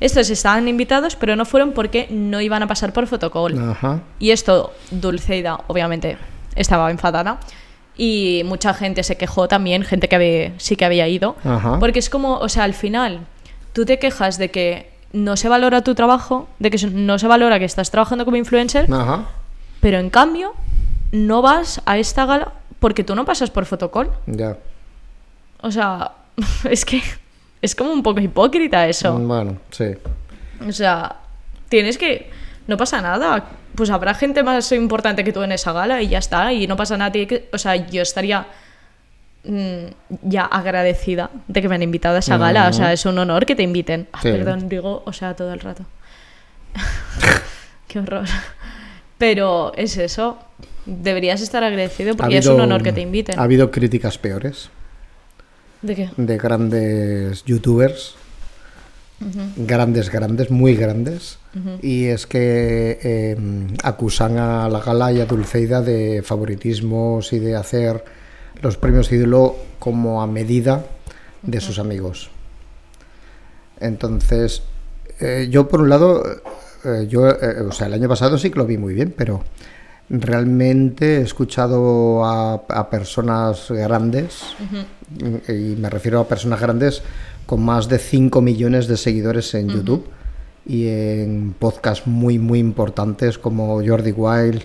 Speaker 2: Estos estaban invitados, pero no fueron porque no iban a pasar por fotocall.
Speaker 1: Ajá.
Speaker 2: Y esto, Dulceida, obviamente, estaba enfadada. Y mucha gente se quejó también, gente que había- sí que había ido.
Speaker 1: Ajá.
Speaker 2: Porque es como, o sea, al final, tú te quejas de que no se valora tu trabajo, de que no se valora que estás trabajando como influencer,
Speaker 1: Ajá.
Speaker 2: pero en cambio, no vas a esta gala porque tú no pasas por fotocall.
Speaker 1: Ya.
Speaker 2: O sea, [LAUGHS] es que es como un poco hipócrita eso.
Speaker 1: Bueno, sí.
Speaker 2: O sea, tienes que... No pasa nada. Pues habrá gente más importante que tú en esa gala y ya está. Y no pasa nada. tiene que- O sea, yo estaría mm, ya agradecida de que me han invitado a esa gala. O sea, es un honor que te inviten. Ah,
Speaker 1: Mm. Sí.
Speaker 2: Perdón, digo, o sea, todo el rato. [LAUGHS] Qué horror. Pero es eso. Deberías estar agradecido porque
Speaker 1: Ha
Speaker 2: es un
Speaker 1: habido-
Speaker 2: honor que te inviten.
Speaker 1: Ha habido críticas peores
Speaker 2: ¿De qué?
Speaker 1: de grandes youtubers. Grandes, grandes, muy grandes. Y es que eh, acusan a la gala y a Dulceida de favoritismos y de hacer los premios ídolo como a medida de sus amigos. Entonces, eh, yo por un lado, eh, yo, eh, o sea, el año pasado sí que lo vi muy bien, pero realmente he escuchado a, a personas grandes, y me refiero a personas grandes con más de 5 millones de seguidores en YouTube y en podcasts muy, muy importantes como Jordi Wild,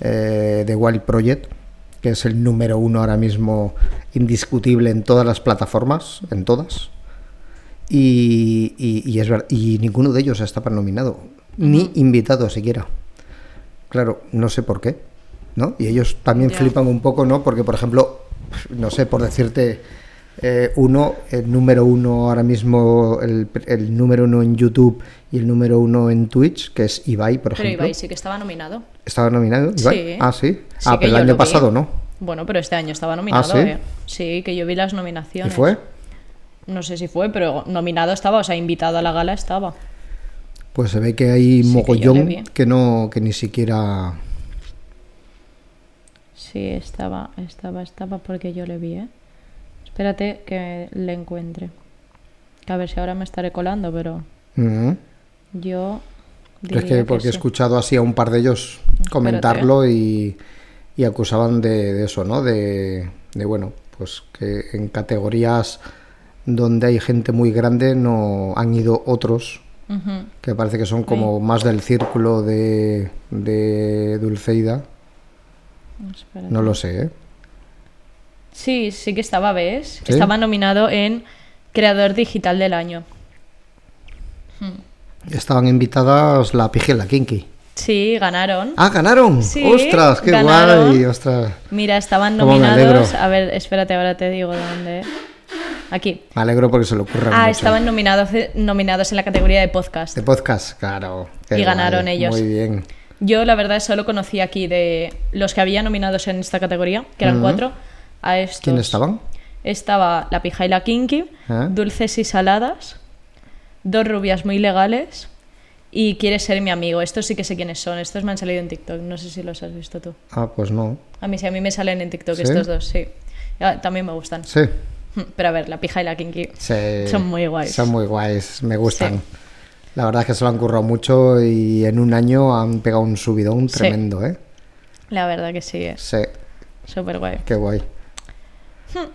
Speaker 1: eh, The Wild Project que es el número uno ahora mismo indiscutible en todas las plataformas, en todas, y, y- y es ver- y ninguno de ellos está nominado, ni invitado siquiera. Claro, no sé por qué, ¿no? Y ellos también
Speaker 2: Ya.
Speaker 1: flipan un poco, ¿no? Porque, por ejemplo, no sé, por decirte eh, uno, el número uno ahora mismo, el, el número uno en YouTube y el número uno en Twitch, que es Ibai, por
Speaker 2: Pero
Speaker 1: ejemplo.
Speaker 2: Ibai sí que estaba nominado.
Speaker 1: ¿Estaba nominado? Ibai?
Speaker 2: Sí.
Speaker 1: Ah, sí.
Speaker 2: Sí
Speaker 1: Ah,
Speaker 2: que
Speaker 1: pero
Speaker 2: yo
Speaker 1: el
Speaker 2: lo
Speaker 1: año
Speaker 2: vi.
Speaker 1: pasado no. Ah,
Speaker 2: Bueno, pero este año estaba nominado,
Speaker 1: ¿sí?
Speaker 2: ¿eh? Sí, que yo vi las
Speaker 1: ¿Y
Speaker 2: nominaciones.
Speaker 1: fue?
Speaker 2: No sé si fue, pero nominado estaba, o sea, invitado a la gala estaba.
Speaker 1: Pues se ve que hay
Speaker 2: Sí, que yo le
Speaker 1: mogollón
Speaker 2: vi.
Speaker 1: que, no, que ni siquiera.
Speaker 2: Sí, estaba, estaba, estaba, porque yo le vi, ¿eh? Espérate que le encuentre. Que a ver si ahora me estaré colando, pero
Speaker 1: Ujú.
Speaker 2: yo.
Speaker 1: Es que porque he escuchado así a un par de ellos comentarlo y, y acusaban de, de eso, ¿no? De, de, bueno, pues que en categorías donde hay gente muy grande no han ido otros que parece que son como más del círculo de, de Dulceida. No lo sé, ¿eh?
Speaker 2: Sí, sí que estaba, ¿ves?
Speaker 1: ¿Sí?
Speaker 2: Estaba nominado en Creador Digital del Año.
Speaker 1: Estaban invitadas la Pig y la Kinky.
Speaker 2: Sí, ganaron.
Speaker 1: ¡Ah, ganaron!
Speaker 2: Sí,
Speaker 1: ¡Ostras, qué
Speaker 2: ganaron.
Speaker 1: guay! ¡Ostras!
Speaker 2: Mira, estaban
Speaker 1: Cómo me
Speaker 2: nominados.
Speaker 1: alegro.
Speaker 2: A ver, espérate, ahora te digo dónde. Aquí.
Speaker 1: Me alegro porque se le ocurre
Speaker 2: Ah, estaban nominados, nominados en la categoría de podcast.
Speaker 1: De podcast, claro. qué
Speaker 2: Y ganaron ellos.
Speaker 1: Muy bien.
Speaker 2: Yo, la verdad, solo conocí aquí de los que había nominados en esta categoría, que eran
Speaker 1: Ujú.
Speaker 2: cuatro, a estos.
Speaker 1: ¿Quiénes estaban?
Speaker 2: estaba la pija y la kinky,
Speaker 1: Ah.
Speaker 2: dulces y saladas, dos rubias muy legales y quieres ser mi amigo. Estos sí que sé quiénes son. Estos me han salido en TikTok. No sé si los has visto tú.
Speaker 1: Ah, pues no.
Speaker 2: A mí sí, a mí me salen en TikTok
Speaker 1: ¿Sí?
Speaker 2: estos dos, sí. Ah, También me gustan.
Speaker 1: Sí.
Speaker 2: Hmm, [LAUGHS] Pero a ver, la pija y la kinky
Speaker 1: Sí.
Speaker 2: son muy guays.
Speaker 1: Son muy guays, me gustan. La verdad es que se lo han currado mucho y en un año han pegado un subidón
Speaker 2: Sí.
Speaker 1: tremendo, ¿eh?
Speaker 2: La verdad que sí, es
Speaker 1: Sí,
Speaker 2: súper guay.
Speaker 1: qué guay.
Speaker 2: Hmm.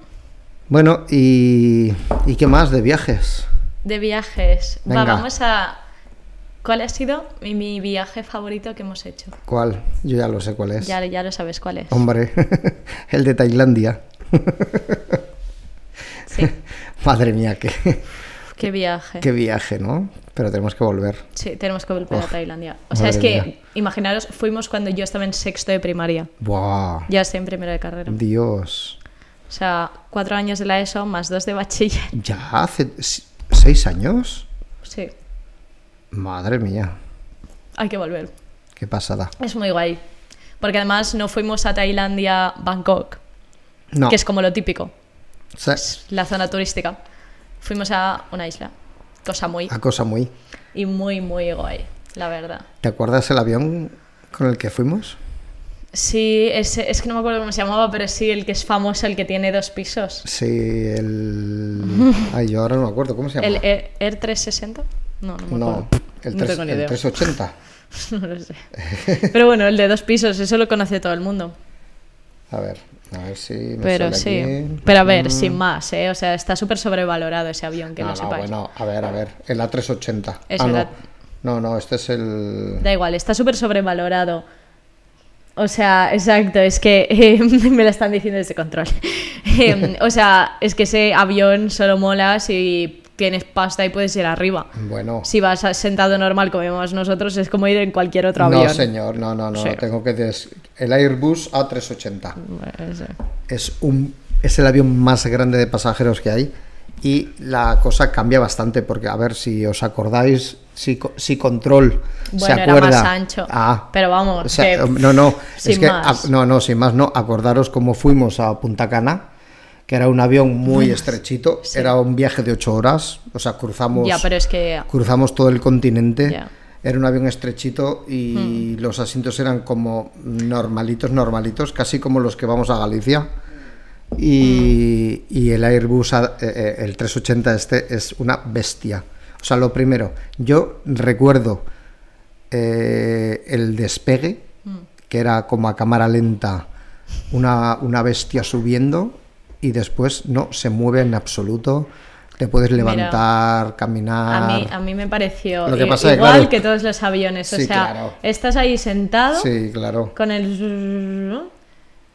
Speaker 1: Bueno, y, ¿y qué más de viajes?
Speaker 2: De viajes. Va,
Speaker 1: Venga.
Speaker 2: vamos a. ¿Cuál ha sido mi, mi viaje favorito que hemos hecho?
Speaker 1: ¿Cuál? Yo ya lo sé cuál es.
Speaker 2: Ya, ya lo sabes cuál es.
Speaker 1: Hombre, [LAUGHS] el de Tailandia. [LAUGHS]
Speaker 2: Sí.
Speaker 1: Madre mía, qué,
Speaker 2: Qué viaje.
Speaker 1: qué viaje, ¿no? Pero tenemos que volver.
Speaker 2: Sí, tenemos que volver a Tailandia. O sea,
Speaker 1: madre
Speaker 2: es que,
Speaker 1: mía.
Speaker 2: imaginaros, fuimos cuando yo estaba en sexto de primaria.
Speaker 1: ¡Buah!
Speaker 2: Ya estoy en primero de carrera.
Speaker 1: Dios.
Speaker 2: O sea, cuatro años de la ESO más dos de bachiller. [LAUGHS]
Speaker 1: ¿Ya hace s- seis años?
Speaker 2: Sí,
Speaker 1: Madre mía,
Speaker 2: hay que volver.
Speaker 1: qué pasada.
Speaker 2: Es muy guay. Porque además no fuimos a Tailandia, Bangkok,
Speaker 1: No,
Speaker 2: que es como lo típico.
Speaker 1: se-
Speaker 2: Es la zona turística. Fuimos a una isla. Cosa muy.
Speaker 1: a cosa muy.
Speaker 2: Y muy, muy guay, la verdad.
Speaker 1: ¿Te acuerdas el avión con el que fuimos?
Speaker 2: Sí, ese- es que no me acuerdo cómo se llamaba, pero sí, el que es famoso, el que tiene dos pisos.
Speaker 1: Sí,
Speaker 2: [LAUGHS]
Speaker 1: el. Ay, yo ahora no me acuerdo, ¿cómo se llama?
Speaker 2: ¿El Air, Air 360? No, no me acuerdo. [LAUGHS]
Speaker 1: No, el,
Speaker 2: no
Speaker 1: tres-
Speaker 2: tengo ni
Speaker 1: el
Speaker 2: idea.
Speaker 1: 380.
Speaker 2: No lo sé. Pero bueno, el de dos pisos, eso lo conoce todo el mundo.
Speaker 1: A ver, a ver si. Me
Speaker 2: Pero
Speaker 1: sale
Speaker 2: sí.
Speaker 1: aquí.
Speaker 2: Pero a ver,
Speaker 1: Mm. Ah,
Speaker 2: sin más, ¿eh? O sea, está súper sobrevalorado ese avión, que
Speaker 1: no,
Speaker 2: lo
Speaker 1: no,
Speaker 2: sepáis.
Speaker 1: bueno, a ver, a ver. El A380.
Speaker 2: Es
Speaker 1: Ah,
Speaker 2: el
Speaker 1: no.
Speaker 2: A-
Speaker 1: no, no, este es el.
Speaker 2: Da igual, está súper sobrevalorado. O sea, exacto, es que eh, [LAUGHS] me lo están diciendo desde control. [LAUGHS] Eh, o sea, es que ese avión solo mola si tienes pasta y puedes ir arriba.
Speaker 1: Bueno.
Speaker 2: Si vas a- sentado normal, como vemos nosotros, es como ir en cualquier otro
Speaker 1: no,
Speaker 2: avión.
Speaker 1: señor, no, no, no.
Speaker 2: Sí.
Speaker 1: Tengo que. des- El Airbus A380.
Speaker 2: Bueno, sí.
Speaker 1: es, un, es el avión más grande de pasajeros que hay y la cosa cambia bastante porque a ver si os acordáis si, co- si control se
Speaker 2: Bueno, era
Speaker 1: acuerda
Speaker 2: más ancho.
Speaker 1: Ah.
Speaker 2: Pero vamos,
Speaker 1: O sea,
Speaker 2: que-
Speaker 1: no no
Speaker 2: sin
Speaker 1: es que
Speaker 2: más.
Speaker 1: a- no no sin más no acordaros cómo fuimos a Punta Cana que era un avión muy estrechito
Speaker 2: sí.
Speaker 1: era un viaje de ocho horas o sea cruzamos
Speaker 2: Ya, pero es que
Speaker 1: cruzamos todo el continente
Speaker 2: Ya.
Speaker 1: Era un avión estrechito y los asientos eran como normalitos, normalitos, casi como los que vamos a Galicia. Y, y el Airbus, A- eh, eh, el 380 este, es una bestia. O sea, lo primero, yo recuerdo eh, el despegue, que era como a cámara lenta, una, una bestia subiendo y después no se mueve en absoluto. Te puedes levantar, caminar.
Speaker 2: a mí, a mí me pareció
Speaker 1: Lo que
Speaker 2: i-
Speaker 1: pasa es que,
Speaker 2: igual
Speaker 1: claro-
Speaker 2: que todos los aviones.
Speaker 1: Sí,
Speaker 2: o sea,
Speaker 1: claro.
Speaker 2: estás ahí sentado
Speaker 1: Sí, claro.
Speaker 2: con el...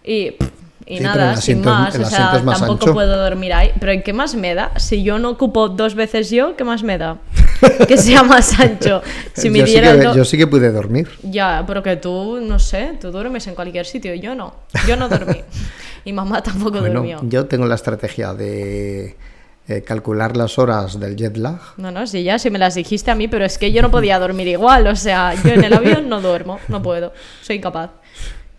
Speaker 2: Y, pff, y
Speaker 1: Sí, pero
Speaker 2: nada,
Speaker 1: el
Speaker 2: sin
Speaker 1: asiento-
Speaker 2: más.
Speaker 1: el
Speaker 2: O sea,
Speaker 1: asiento es más
Speaker 2: tampoco
Speaker 1: ancho.
Speaker 2: puedo dormir ahí. Pero ¿qué más me da? Si yo no ocupo dos veces yo, ¿qué más me da? [LAUGHS] Que sea más
Speaker 1: [LAUGHS]
Speaker 2: ancho. Si me
Speaker 1: yo, sí
Speaker 2: diera
Speaker 1: que,
Speaker 2: do-
Speaker 1: yo sí que pude dormir.
Speaker 2: Ya, pero que tú, no sé, tú duermes en cualquier sitio. Yo no. Yo
Speaker 1: [LAUGHS]
Speaker 2: no dormí. y mamá tampoco
Speaker 1: Bueno,
Speaker 2: durmió.
Speaker 1: yo tengo la estrategia de eh, calcular las horas del jet lag.
Speaker 2: No, no, sí, ya, si me las dijiste a mí, pero es que yo no podía dormir igual. O sea, yo en el avión no duermo, no puedo, soy incapaz.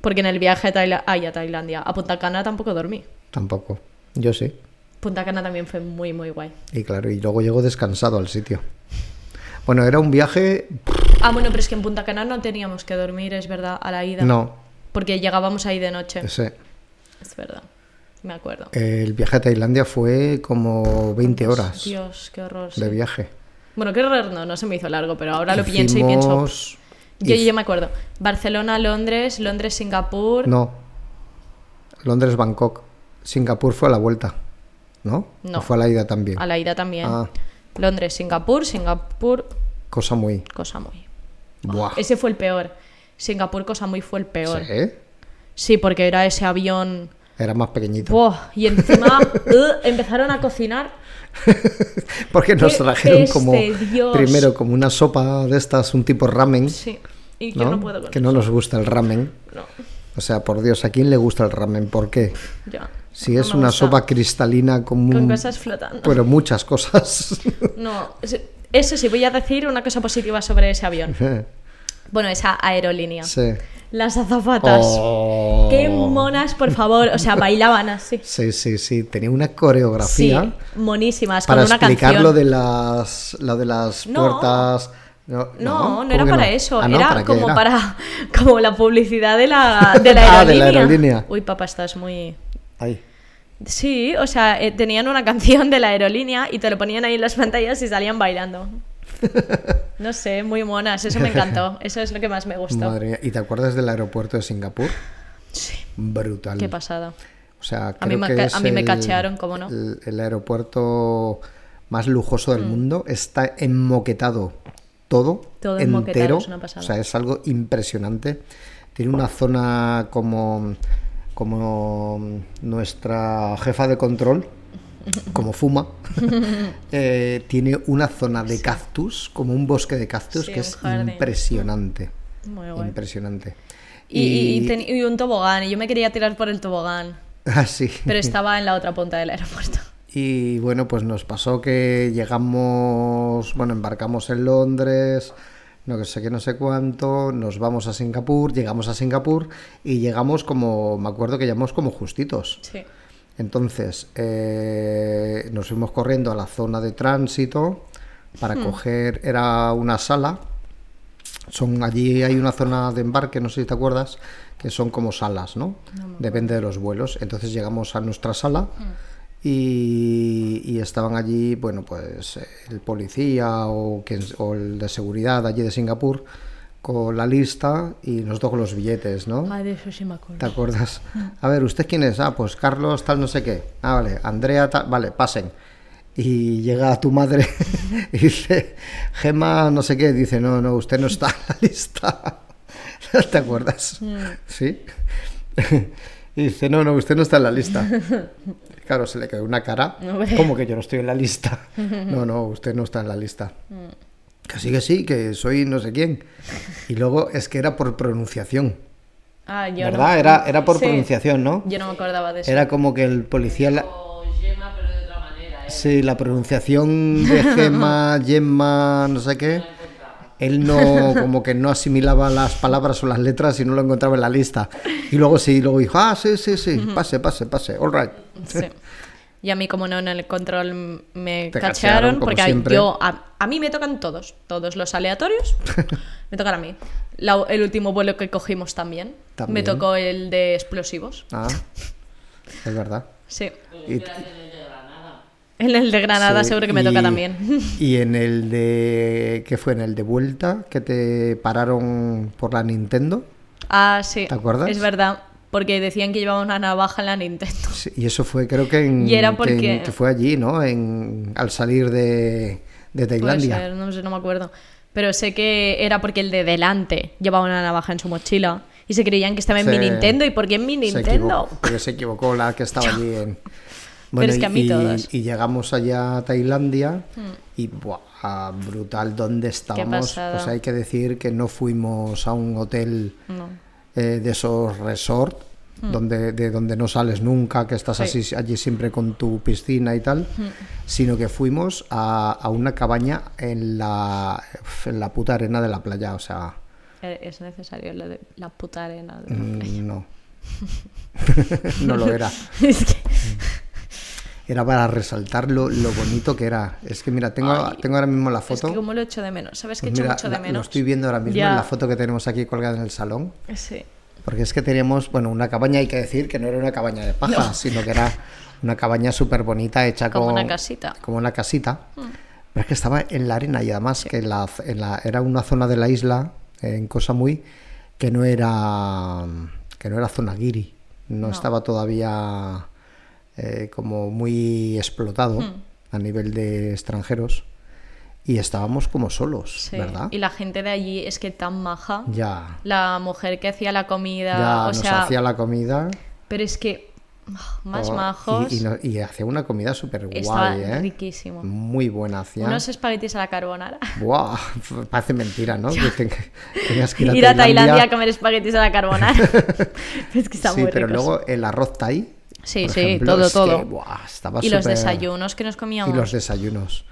Speaker 2: Porque en el viaje a, Taila- ay, a Tailandia, a Punta Cana tampoco dormí.
Speaker 1: Tampoco. Yo sí.
Speaker 2: Punta Cana también fue muy, muy guay.
Speaker 1: Y claro, y luego llego descansado al sitio. Bueno, era un viaje.
Speaker 2: Ah, bueno, pero es que en Punta Cana no teníamos que dormir, es verdad, a la ida.
Speaker 1: No,
Speaker 2: Porque llegábamos ahí de noche. Es,
Speaker 1: ese.
Speaker 2: verdad, me acuerdo.
Speaker 1: El viaje a Tailandia fue como 20 horas
Speaker 2: Dios, qué horror. sí.
Speaker 1: de viaje.
Speaker 2: Bueno, qué horror, no, no se me hizo largo, pero ahora lo pienso y pienso.
Speaker 1: Hicimos-
Speaker 2: Yo,
Speaker 1: hic-
Speaker 2: yo me acuerdo. Barcelona, Londres, Londres, Singapur.
Speaker 1: No. Londres, Bangkok. Singapur fue a la vuelta. ¿No?
Speaker 2: No.
Speaker 1: ¿O Fue a la ida también.
Speaker 2: A la ida también.
Speaker 1: Ah.
Speaker 2: Londres, Singapur, Singapur,
Speaker 1: Cosa muy.
Speaker 2: Cosa Muy.
Speaker 1: Buah.
Speaker 2: Ese fue el peor. Singapur, Cosa Muy fue el peor. Sí,
Speaker 1: Sí.
Speaker 2: porque era ese avión.
Speaker 1: Era más pequeñito.
Speaker 2: Buah, y [LAUGHS] encima eh, empezaron a cocinar.
Speaker 1: [LAUGHS] Porque nos
Speaker 2: Qué
Speaker 1: trajeron
Speaker 2: peste,
Speaker 1: como
Speaker 2: Dios.
Speaker 1: primero como una sopa de estas, un tipo ramen,
Speaker 2: Sí. Y
Speaker 1: ¿no?
Speaker 2: yo no puedo con
Speaker 1: que no nos gusta el ramen.
Speaker 2: No,
Speaker 1: O sea, por Dios, ¿a quién le gusta el ramen? ¿Por qué?
Speaker 2: ya.
Speaker 1: Si
Speaker 2: No
Speaker 1: es
Speaker 2: me
Speaker 1: una
Speaker 2: gusta.
Speaker 1: sopa cristalina como
Speaker 2: Con
Speaker 1: un-
Speaker 2: cosas flotando.
Speaker 1: pero muchas
Speaker 2: [LAUGHS]
Speaker 1: cosas. [LAUGHS]
Speaker 2: No, es- eso sí, voy a decir una cosa
Speaker 1: [LAUGHS]
Speaker 2: positiva sobre ese avión. Bueno, esa aerolínea.
Speaker 1: sí. Oh.
Speaker 2: Las azafatas. Qué monas, por favor.
Speaker 1: [LAUGHS]
Speaker 2: O sea, bailaban así.
Speaker 1: Sí, sí, sí. Tenía una coreografía
Speaker 2: Sí, monísimas,
Speaker 1: para
Speaker 2: con una
Speaker 1: explicar
Speaker 2: canción.
Speaker 1: lo de las, lo de las
Speaker 2: No.
Speaker 1: puertas. No,
Speaker 2: No, no,
Speaker 1: ¿cómo
Speaker 2: era
Speaker 1: que
Speaker 2: para eso.
Speaker 1: Ah, no,
Speaker 2: era
Speaker 1: ¿para qué
Speaker 2: como
Speaker 1: era?
Speaker 2: para [LAUGHS] como la publicidad
Speaker 1: [LAUGHS]
Speaker 2: de la, de la aerolínea.
Speaker 1: Ah, de la aerolínea.
Speaker 2: Uy, papá, estás muy.
Speaker 1: Ahí.
Speaker 2: Sí, o sea, eh, tenían una [LAUGHS] canción de la aerolínea y te lo ponían ahí en las pantallas y
Speaker 1: [LAUGHS]
Speaker 2: salían bailando. No sé, muy monas, eso
Speaker 1: [LAUGHS]
Speaker 2: me encantó. Eso es lo que más me gustó.
Speaker 1: Madre mía. ¿Y te acuerdas del aeropuerto de Singapur?
Speaker 2: Sí,
Speaker 1: Brutal.
Speaker 2: qué pasada.
Speaker 1: O sea,
Speaker 2: A mí
Speaker 1: creo
Speaker 2: me
Speaker 1: que
Speaker 2: ca-
Speaker 1: es
Speaker 2: a mí me
Speaker 1: el-
Speaker 2: cachearon, ¿cómo no?
Speaker 1: El, el aeropuerto más lujoso
Speaker 2: Mm.
Speaker 1: del mundo está enmoquetado todo,
Speaker 2: Todo enmoquetado,
Speaker 1: entero.
Speaker 2: es una pasada.
Speaker 1: O sea, es algo impresionante. Tiene una zona como, como nuestra jefa de control, como
Speaker 2: [LAUGHS]
Speaker 1: fuma. Eh, tiene una zona de cactus, como un bosque de cactus,
Speaker 2: Sí,
Speaker 1: que
Speaker 2: un
Speaker 1: es
Speaker 2: jardín.
Speaker 1: impresionante.
Speaker 2: Muy guay.
Speaker 1: Impresionante.
Speaker 2: Y, y- y ten- y un tobogán, y yo me quería tirar por el tobogán,
Speaker 1: [LAUGHS] Ah, sí.
Speaker 2: pero estaba en la otra punta del aeropuerto. [LAUGHS]
Speaker 1: Y bueno, pues nos pasó que llegamos, bueno, embarcamos en Londres, no que sé qué, no sé cuánto, nos vamos a Singapur, llegamos a Singapur y llegamos como, me acuerdo que llegamos como justitos.
Speaker 2: Sí.
Speaker 1: Entonces, eh, nos fuimos corriendo a la zona de tránsito para coger, era una sala, son allí hay una zona de embarque, no sé si te acuerdas, que son como salas, ¿no? Depende de los vuelos. Entonces llegamos a nuestra sala y, y estaban allí, bueno, pues eh, el policía o, quien- o el de seguridad allí de Singapur con la lista y nosotros con los billetes, ¿no?
Speaker 2: Ah, de eso sí me
Speaker 1: ¿Te
Speaker 2: acuerdo.
Speaker 1: acuerdas? A ver, ¿usted quién es? Ah, pues Carlos, tal, no sé qué. Ah, vale, Andrea, tal, vale, pasen. Y llega tu madre [LAUGHS] y dice, Gema, no sé qué. Dice, no, no, usted no está en la lista. [LAUGHS] ¿Te acuerdas? Sí. [LAUGHS] Y dice, no, no, usted no está en la lista. Claro, se le quedó una cara.
Speaker 2: Hombre.
Speaker 1: ¿Cómo que yo no estoy en la lista? No, no, usted no está en la lista. Que sí, que sí, que soy no sé quién. Y luego es que era por pronunciación.
Speaker 2: Ah, yo no.
Speaker 1: ¿Verdad? Era, era por
Speaker 2: Sí.
Speaker 1: pronunciación, ¿no?
Speaker 2: Yo no me acordaba de eso.
Speaker 1: Era como que el policía... La... Sí, la pronunciación
Speaker 2: [LAUGHS]
Speaker 1: de Gema, Gemma, no sé qué. Él no, como que no asimilaba las palabras o las letras y no lo encontraba en la lista. Y luego sí, luego dijo, ah, sí, sí, sí, pase, pase, pase, all right.
Speaker 2: Sí. Y a mí, como no en el control m- me
Speaker 1: Te cachearon,
Speaker 2: cachearon,
Speaker 1: como
Speaker 2: porque a-
Speaker 1: siempre.
Speaker 2: yo a, a mí me tocan todos, todos los aleatorios,
Speaker 1: [LAUGHS]
Speaker 2: me tocan a mí. La- el último vuelo que cogimos también, me
Speaker 1: También.
Speaker 2: tocó el de explosivos.
Speaker 1: Ah, es verdad.
Speaker 2: Sí.
Speaker 1: Y-
Speaker 2: En el de Granada
Speaker 1: Sí,
Speaker 2: seguro que me
Speaker 1: y-
Speaker 2: toca también. [LAUGHS]
Speaker 1: Y en el de... ¿Qué fue? ¿En el de vuelta? Que te pararon por la Nintendo.
Speaker 2: Ah, sí.
Speaker 1: ¿Te acuerdas?
Speaker 2: Es verdad, porque decían que llevaba una navaja en la Nintendo.
Speaker 1: Sí, y eso fue, creo que en.
Speaker 2: Y era
Speaker 1: que en-
Speaker 2: porque-
Speaker 1: Que, fue allí, ¿no? En, al salir de, de [LAUGHS]
Speaker 2: Puede
Speaker 1: Tailandia.
Speaker 2: ser, no sé, no me acuerdo. Pero sé que era porque el de delante llevaba una navaja en su mochila y se creían que estaba en
Speaker 1: Se-
Speaker 2: mi Nintendo. ¿Y por qué en mi
Speaker 1: Se
Speaker 2: Nintendo?
Speaker 1: equivocó, porque se equivocó la que estaba allí
Speaker 2: [LAUGHS]
Speaker 1: en.
Speaker 2: es que a mí Mm.
Speaker 1: y,
Speaker 2: todas.
Speaker 1: y llegamos allá a Tailandia y buah, brutal donde estábamos.
Speaker 2: pasada.
Speaker 1: Pues hay que decir que no fuimos a un hotel
Speaker 2: No.
Speaker 1: eh, de esos resort, donde, de donde no sales nunca, que estás
Speaker 2: Mm. Sí. Mm.
Speaker 1: así, allí siempre con tu piscina y tal, sino que fuimos a, a una cabaña en la, en la puta arena de la playa, o sea,
Speaker 2: Eh, Es necesario lo de la puta arena. de-
Speaker 1: mm, no. no lo era.
Speaker 2: [LAUGHS] Es que-
Speaker 1: Era para resaltar lo, lo bonito que era. Es que mira, tengo, tengo ahora mismo la
Speaker 2: es
Speaker 1: foto.
Speaker 2: que como lo echo de menos. ¿Sabes que
Speaker 1: Pues
Speaker 2: echo
Speaker 1: mira,
Speaker 2: mucho de
Speaker 1: la- lo
Speaker 2: menos?
Speaker 1: estoy viendo ahora mismo
Speaker 2: Ya.
Speaker 1: en la foto que tenemos aquí colgada en el salón.
Speaker 2: Sí.
Speaker 1: Porque es que teníamos, bueno, una cabaña, hay que decir que no era una cabaña de paja, sino que era una cabaña súper bonita hecha
Speaker 2: Como
Speaker 1: con-
Speaker 2: una casita. Mm.
Speaker 1: Como una casita. Pero es que estaba en la arena y además que la, en la- era una zona de la isla, en Cosa Muy, que no era, que no era zona guiri. No, estaba todavía eh, como muy explotado
Speaker 2: Mm.
Speaker 1: a nivel de extranjeros. Y estábamos como solos,
Speaker 2: sí.
Speaker 1: ¿verdad?
Speaker 2: Y la gente de allí es que tan maja.
Speaker 1: Ya.
Speaker 2: La mujer que hacía la comida.
Speaker 1: Ya
Speaker 2: o
Speaker 1: nos
Speaker 2: sea,
Speaker 1: hacía la comida.
Speaker 2: pero es que ah, más
Speaker 1: Oh,
Speaker 2: majos.
Speaker 1: Y, y no- y hacía una comida súper
Speaker 2: Estaba
Speaker 1: guay, ¿eh?
Speaker 2: riquísimo.
Speaker 1: Muy buena hacía.
Speaker 2: Unos espaguetis a
Speaker 1: [LAUGHS]
Speaker 2: la carbonara.
Speaker 1: Buah, parece mentira,
Speaker 2: [LAUGHS]
Speaker 1: ¿no? Que ten- tengas que ir a
Speaker 2: Ir a Tailandia a
Speaker 1: Tailandia.
Speaker 2: comer espaguetis a
Speaker 1: [LAUGHS]
Speaker 2: la carbonara. [LAUGHS] Pero es que está
Speaker 1: Sí,
Speaker 2: muy
Speaker 1: pero
Speaker 2: ricos.
Speaker 1: luego el arroz thai.
Speaker 2: Sí,
Speaker 1: por
Speaker 2: sí,
Speaker 1: ejemplo,
Speaker 2: todo,
Speaker 1: es que,
Speaker 2: todo.
Speaker 1: buah, estaba
Speaker 2: y los
Speaker 1: súper-
Speaker 2: desayunos que nos comíamos. Mm.
Speaker 1: Y los desayunos.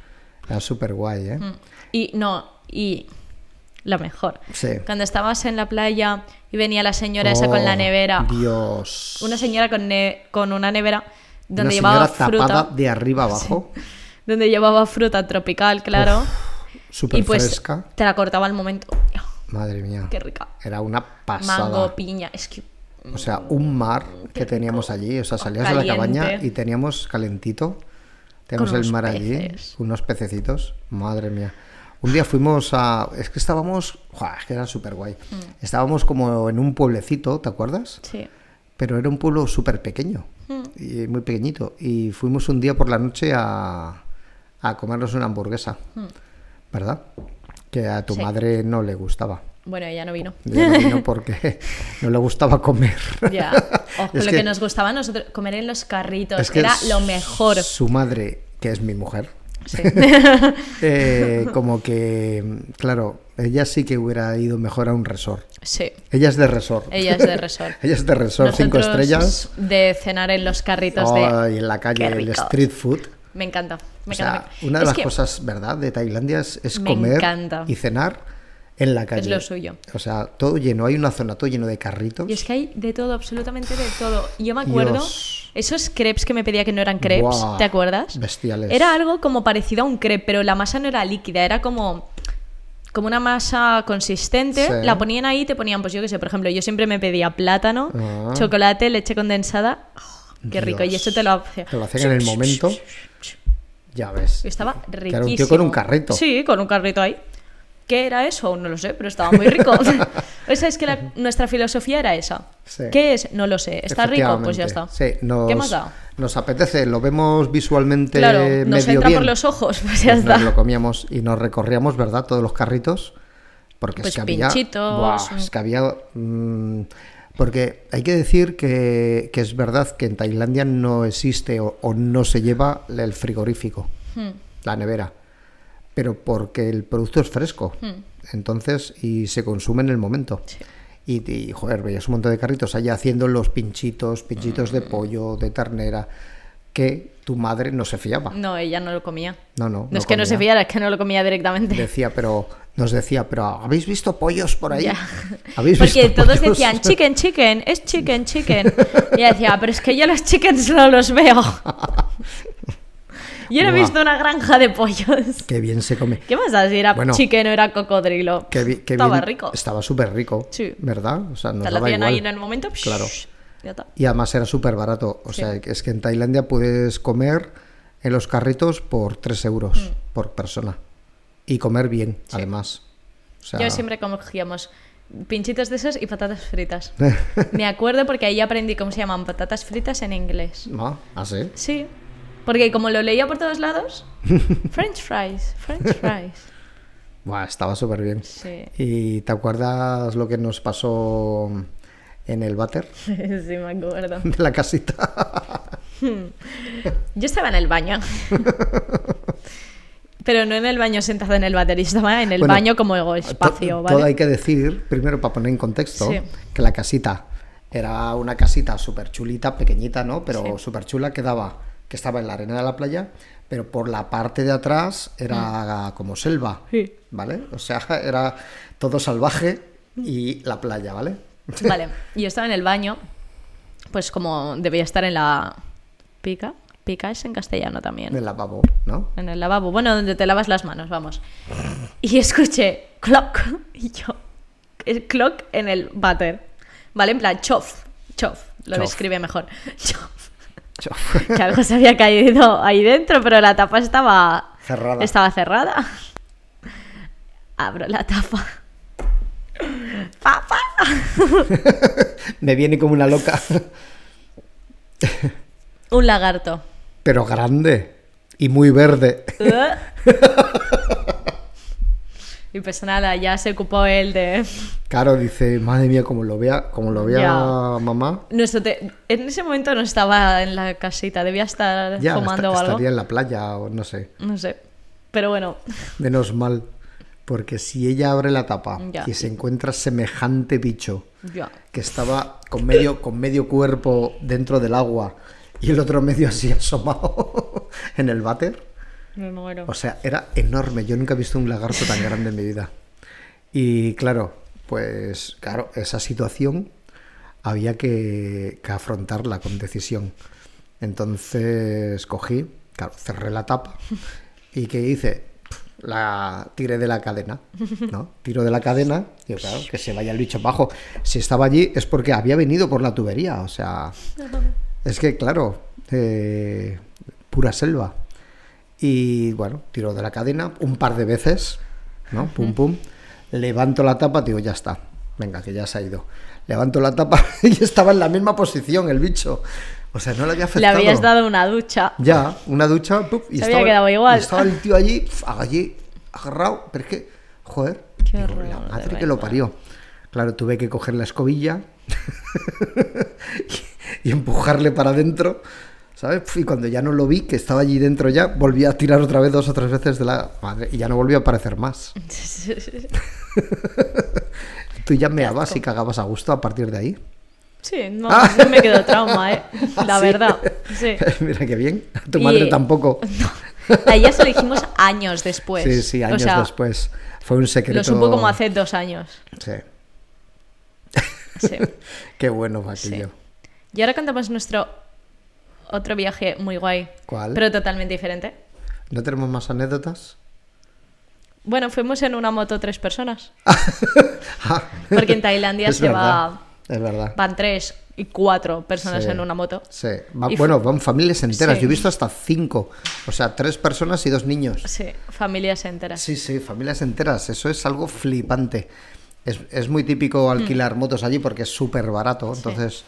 Speaker 1: Era súper guay, ¿eh?
Speaker 2: Y no, y la mejor.
Speaker 1: Sí.
Speaker 2: Cuando estabas en la playa y venía la señora esa con la
Speaker 1: Oh,
Speaker 2: nevera.
Speaker 1: Dios.
Speaker 2: Una señora con, ne- con una nevera donde
Speaker 1: Una
Speaker 2: llevaba
Speaker 1: señora
Speaker 2: fruta.
Speaker 1: tapada de arriba abajo.
Speaker 2: Donde llevaba fruta tropical, claro.
Speaker 1: Súper
Speaker 2: y pues
Speaker 1: fresca.
Speaker 2: te la cortaba al momento. Ah,
Speaker 1: Madre mía.
Speaker 2: Qué rica.
Speaker 1: Era una pasada.
Speaker 2: Mango, piña. Es que
Speaker 1: O sea, un mar que teníamos allí. O sea, salías de la
Speaker 2: Caliente.
Speaker 1: cabaña y teníamos calentito. Teníamos
Speaker 2: Con
Speaker 1: el
Speaker 2: unos
Speaker 1: mar allí,
Speaker 2: peces.
Speaker 1: unos pececitos. Madre mía. Un día fuimos a. Es que estábamos. ¡Jua! es que era súper guay.
Speaker 2: Mm.
Speaker 1: Estábamos como en un pueblecito, ¿te acuerdas?
Speaker 2: sí.
Speaker 1: Pero era un pueblo súper pequeño.
Speaker 2: Mm.
Speaker 1: Y muy pequeñito. Y fuimos un día por la noche a, a comernos una hamburguesa. ¿Verdad? Que a tu
Speaker 2: Mm. Sí.
Speaker 1: madre no le gustaba.
Speaker 2: Bueno, ella
Speaker 1: [LAUGHS]
Speaker 2: no vino.
Speaker 1: Ya no
Speaker 2: [LAUGHS]
Speaker 1: vino porque no le gustaba comer. [LAUGHS]
Speaker 2: Ya. Ojo,
Speaker 1: Es
Speaker 2: lo que,
Speaker 1: que-
Speaker 2: nos gustaba a nosotros, comer en los carritos,
Speaker 1: Es que
Speaker 2: era lo
Speaker 1: [LAUGHS]
Speaker 2: mejor.
Speaker 1: Su madre, que es mi mujer,
Speaker 2: Sí. [LAUGHS]
Speaker 1: eh, como que, claro, ella sí que hubiera ido mejor a un resort.
Speaker 2: Sí.
Speaker 1: Ella es de resort.
Speaker 2: Ella
Speaker 1: [LAUGHS]
Speaker 2: es de resort.
Speaker 1: ella es de resort, cinco
Speaker 2: Nosotros
Speaker 1: estrellas.
Speaker 2: De cenar en los carritos
Speaker 1: Oh,
Speaker 2: de.
Speaker 1: y en la calle,
Speaker 2: Qué
Speaker 1: el
Speaker 2: rico.
Speaker 1: street food.
Speaker 2: Me encanta. Me
Speaker 1: O sea,
Speaker 2: encanta.
Speaker 1: una de
Speaker 2: Es
Speaker 1: las
Speaker 2: que
Speaker 1: cosas, ¿verdad?, de Tailandia es, es
Speaker 2: Me
Speaker 1: comer
Speaker 2: encanta.
Speaker 1: y cenar en la calle.
Speaker 2: lo suyo.
Speaker 1: O sea, todo lleno. Hay una zona todo lleno de carritos.
Speaker 2: Y es que hay de todo, absolutamente de todo. Y Yo me acuerdo,
Speaker 1: Dios.
Speaker 2: esos crepes que me pedía que no eran crepes,
Speaker 1: Buah,
Speaker 2: ¿te acuerdas?
Speaker 1: bestiales.
Speaker 2: Era algo como parecido a un crepe, pero la masa no era líquida, era como, como una masa consistente.
Speaker 1: Sí.
Speaker 2: La ponían ahí y te ponían, pues yo qué sé, por ejemplo, yo siempre me pedía plátano,
Speaker 1: Ah.
Speaker 2: chocolate, leche condensada. Oh, qué rico, y
Speaker 1: Dios.
Speaker 2: eso te lo hacía.
Speaker 1: Te lo hacían en el momento. Ya ves.
Speaker 2: Estaba
Speaker 1: Que
Speaker 2: riquísimo.
Speaker 1: Era un tío con un carrito.
Speaker 2: Sí, con un carrito ahí. ¿Qué era eso? Aún no lo sé, pero estaba
Speaker 1: [LAUGHS]
Speaker 2: muy rico. [LAUGHS] o sea, es que la- nuestra filosofía era esa.
Speaker 1: Sí.
Speaker 2: ¿Qué es? No lo sé. ¿Está rico? Pues ya está.
Speaker 1: Efectivamente. Sí, nos,
Speaker 2: ¿Qué más da?
Speaker 1: Nos apetece, lo vemos visualmente
Speaker 2: Claro,
Speaker 1: medio
Speaker 2: nos entra
Speaker 1: bien.
Speaker 2: por los ojos, [LAUGHS] pues ya
Speaker 1: Pues
Speaker 2: está.
Speaker 1: Nos lo comíamos y nos recorríamos, ¿verdad? Todos los carritos. Porque
Speaker 2: Pues
Speaker 1: es que había.
Speaker 2: pinchitos,
Speaker 1: Buah, es que había. mm, porque hay que decir que, que es verdad que en Tailandia no existe o, o no se lleva el frigorífico,
Speaker 2: Hmm.
Speaker 1: la nevera. Pero porque el producto es fresco.
Speaker 2: Hmm.
Speaker 1: Entonces, y se consume en el momento. Y, y, joder, veías un montón de carritos allá haciendo los pinchitos, pinchitos
Speaker 2: Hmm.
Speaker 1: de pollo, de ternera, que tu madre no se fiaba.
Speaker 2: No, ella no lo comía.
Speaker 1: No, no.
Speaker 2: Hmm. No, es que no se
Speaker 1: comía.
Speaker 2: fiara, es que no lo comía directamente.
Speaker 1: Decía, pero nos decía, pero ¿habéis visto pollos por ahí?
Speaker 2: Ya.
Speaker 1: ¿Habéis
Speaker 2: Porque
Speaker 1: visto
Speaker 2: todos
Speaker 1: pollos?"
Speaker 2: decían chicken, chicken, es
Speaker 1: [LAUGHS]
Speaker 2: chicken, chicken. Y ella decía, "Ah, pero es que yo los chickens no los veo. Yo no he
Speaker 1: Buah.
Speaker 2: visto una granja de pollos.
Speaker 1: [LAUGHS] Qué bien se
Speaker 2: [LAUGHS]
Speaker 1: come.
Speaker 2: ¿Qué más da si era
Speaker 1: Bueno.
Speaker 2: chicken o era cocodrilo?
Speaker 1: Qué bi- qué
Speaker 2: Estaba
Speaker 1: bien-
Speaker 2: rico.
Speaker 1: Estaba súper rico.
Speaker 2: Sí.
Speaker 1: ¿Verdad? O sea, nos
Speaker 2: Te lo
Speaker 1: daba
Speaker 2: hacían
Speaker 1: igual.
Speaker 2: ahí en el momento. psh,
Speaker 1: Claro.
Speaker 2: Ya está.
Speaker 1: Y además era súper barato. O
Speaker 2: Sí.
Speaker 1: sea, que es que en Tailandia puedes comer en los carritos por 3 euros
Speaker 2: Mm.
Speaker 1: por persona. Y comer bien, además. O sea,
Speaker 2: Yo siempre cogíamos pinchitos de esos y patatas
Speaker 1: [LAUGHS]
Speaker 2: fritas. Me acuerdo porque ahí aprendí cómo se llaman patatas fritas en inglés.
Speaker 1: Ah, ¿ah, sí? [LAUGHS]
Speaker 2: Sí, porque como lo leía por todos lados, French fries,
Speaker 1: [LAUGHS]
Speaker 2: French fries.
Speaker 1: Buah, estaba súper bien.
Speaker 2: Sí, [LAUGHS]
Speaker 1: ¿Y te acuerdas lo que nos pasó en el váter [LAUGHS]
Speaker 2: sí, me acuerdo.
Speaker 1: de la casita?
Speaker 2: Yo estaba en
Speaker 1: [LAUGHS]
Speaker 2: el baño. Pero no en el baño sentada en el váter, yo estaba en el
Speaker 1: Bueno,
Speaker 2: baño como
Speaker 1: To-
Speaker 2: espacio,
Speaker 1: Todo hay
Speaker 2: ¿vale?
Speaker 1: que decir, primero para poner en contexto,
Speaker 2: Sí.
Speaker 1: que la casita era una casita súper chulita, pequeñita, ¿no? Pero
Speaker 2: Sí.
Speaker 1: súper chula que daba, que estaba en la arena de la playa, pero por la parte de atrás era como selva,
Speaker 2: Mm. Sí.
Speaker 1: ¿vale? O sea, [LAUGHS] era todo salvaje y
Speaker 2: Mm.
Speaker 1: la playa, ¿vale? [LAUGHS]
Speaker 2: Vale, y yo estaba en el baño, pues como debía estar en la pica, pica es en castellano también.
Speaker 1: En el lavabo, ¿no? [LAUGHS]
Speaker 2: en el lavabo, bueno, donde te lavas las manos, vamos. Y escuché clock y yo el clock en el váter. ¿Vale? En plan chof, chof, lo
Speaker 1: Chof.
Speaker 2: describe mejor. [LAUGHS] Chof.
Speaker 1: Chof.
Speaker 2: Que algo se había caído ahí dentro, pero la tapa estaba
Speaker 1: Cerrada.
Speaker 2: Estaba cerrada. Abro
Speaker 1: [LAUGHS]
Speaker 2: la tapa. Papá.
Speaker 1: Me viene como una loca, [LAUGHS]
Speaker 2: Un lagarto.
Speaker 1: pero grande y muy verde.
Speaker 2: [LAUGHS] Y pues nada, ya se ocupó él de
Speaker 1: Claro, dice, madre mía, como lo vea, como lo vea
Speaker 2: Ya.
Speaker 1: mamá.
Speaker 2: Nuestro te- En ese momento no estaba en la casita, debía estar
Speaker 1: Ya,
Speaker 2: fumando
Speaker 1: esta-
Speaker 2: o algo.
Speaker 1: estaría en la playa o no sé.
Speaker 2: No sé. Pero bueno,
Speaker 1: Menos mal. Porque si ella abre la tapa
Speaker 2: Ya.
Speaker 1: y se encuentra semejante bicho
Speaker 2: ya.
Speaker 1: que estaba con medio, [COUGHS] con medio cuerpo dentro del agua y el otro medio así asomado [LAUGHS] en el váter.
Speaker 2: Me muero.
Speaker 1: O sea, era enorme. Yo nunca he visto un lagarto tan grande en mi vida. Y claro, pues claro, esa situación había que, que afrontarla con decisión. Entonces cogí, claro, cerré la tapa y que hice la tiré de la cadena, ¿no? Tiro de la cadena, digo, claro, que se vaya el bicho abajo. Si estaba allí es porque había venido por la tubería, o sea, es que claro, eh, pura selva. Y bueno, tiro de la cadena un par de veces, ¿no? Pum, pum. Levanto la tapa, digo, ya está. Venga, que ya se ha ido. Levanto la tapa [LAUGHS] y estaba en la misma posición el bicho. O sea, no le había
Speaker 2: Le
Speaker 1: afectado.
Speaker 2: habías dado una ducha. [LAUGHS]
Speaker 1: Ya, una ducha, puf, y
Speaker 2: Se había quedado igual.
Speaker 1: y estaba el tío allí, pf, allí, agarrado, pero es que, joder,
Speaker 2: Qué
Speaker 1: digo,
Speaker 2: horror,
Speaker 1: la
Speaker 2: de
Speaker 1: madre que lo
Speaker 2: verdad.
Speaker 1: parió. Claro, tuve que coger la escobilla [LAUGHS] y, y empujarle para adentro, ¿sabes? Pf, Y cuando ya no lo vi, que estaba allí dentro ya, volví a tirar otra vez dos o tres veces de la madre y ya no volvió a aparecer más. Tú ya meabas y cagabas a gusto a partir de ahí.
Speaker 2: Sí, no,
Speaker 1: Ah.
Speaker 2: no me quedó
Speaker 1: [LAUGHS]
Speaker 2: trauma, ¿eh? La
Speaker 1: ¿Ah, sí?
Speaker 2: verdad. Sí.
Speaker 1: Mira qué bien. A tu
Speaker 2: Y-
Speaker 1: madre
Speaker 2: [LAUGHS]
Speaker 1: tampoco.
Speaker 2: A ella se lo dijimos años después.
Speaker 1: sí, sí, años
Speaker 2: o sea,
Speaker 1: después. Fue un secreto.
Speaker 2: Lo supo como hace dos años.
Speaker 1: Sí.
Speaker 2: Sí.
Speaker 1: Qué bueno,
Speaker 2: Sí.
Speaker 1: Paquillo.
Speaker 2: Y ahora contamos nuestro otro viaje muy guay.
Speaker 1: ¿Cuál?
Speaker 2: Pero totalmente diferente.
Speaker 1: ¿No tenemos más anécdotas?
Speaker 2: Bueno, fuimos en una moto tres personas.
Speaker 1: Ah,
Speaker 2: [LAUGHS] Porque en
Speaker 1: [LAUGHS]
Speaker 2: Tailandia
Speaker 1: es
Speaker 2: se va-
Speaker 1: verdad, Es verdad.
Speaker 2: Van tres y cuatro personas
Speaker 1: Sí.
Speaker 2: en una moto.
Speaker 1: Sí. Va-
Speaker 2: Y fu-
Speaker 1: bueno, van familias enteras.
Speaker 2: Sí.
Speaker 1: Yo he visto hasta cinco. O sea, tres personas y dos niños.
Speaker 2: Sí, familias enteras.
Speaker 1: Sí, sí, familias enteras. Eso es algo flipante. Es, es muy
Speaker 2: Mm.
Speaker 1: típico alquilar motos allí porque es súper barato. Entonces,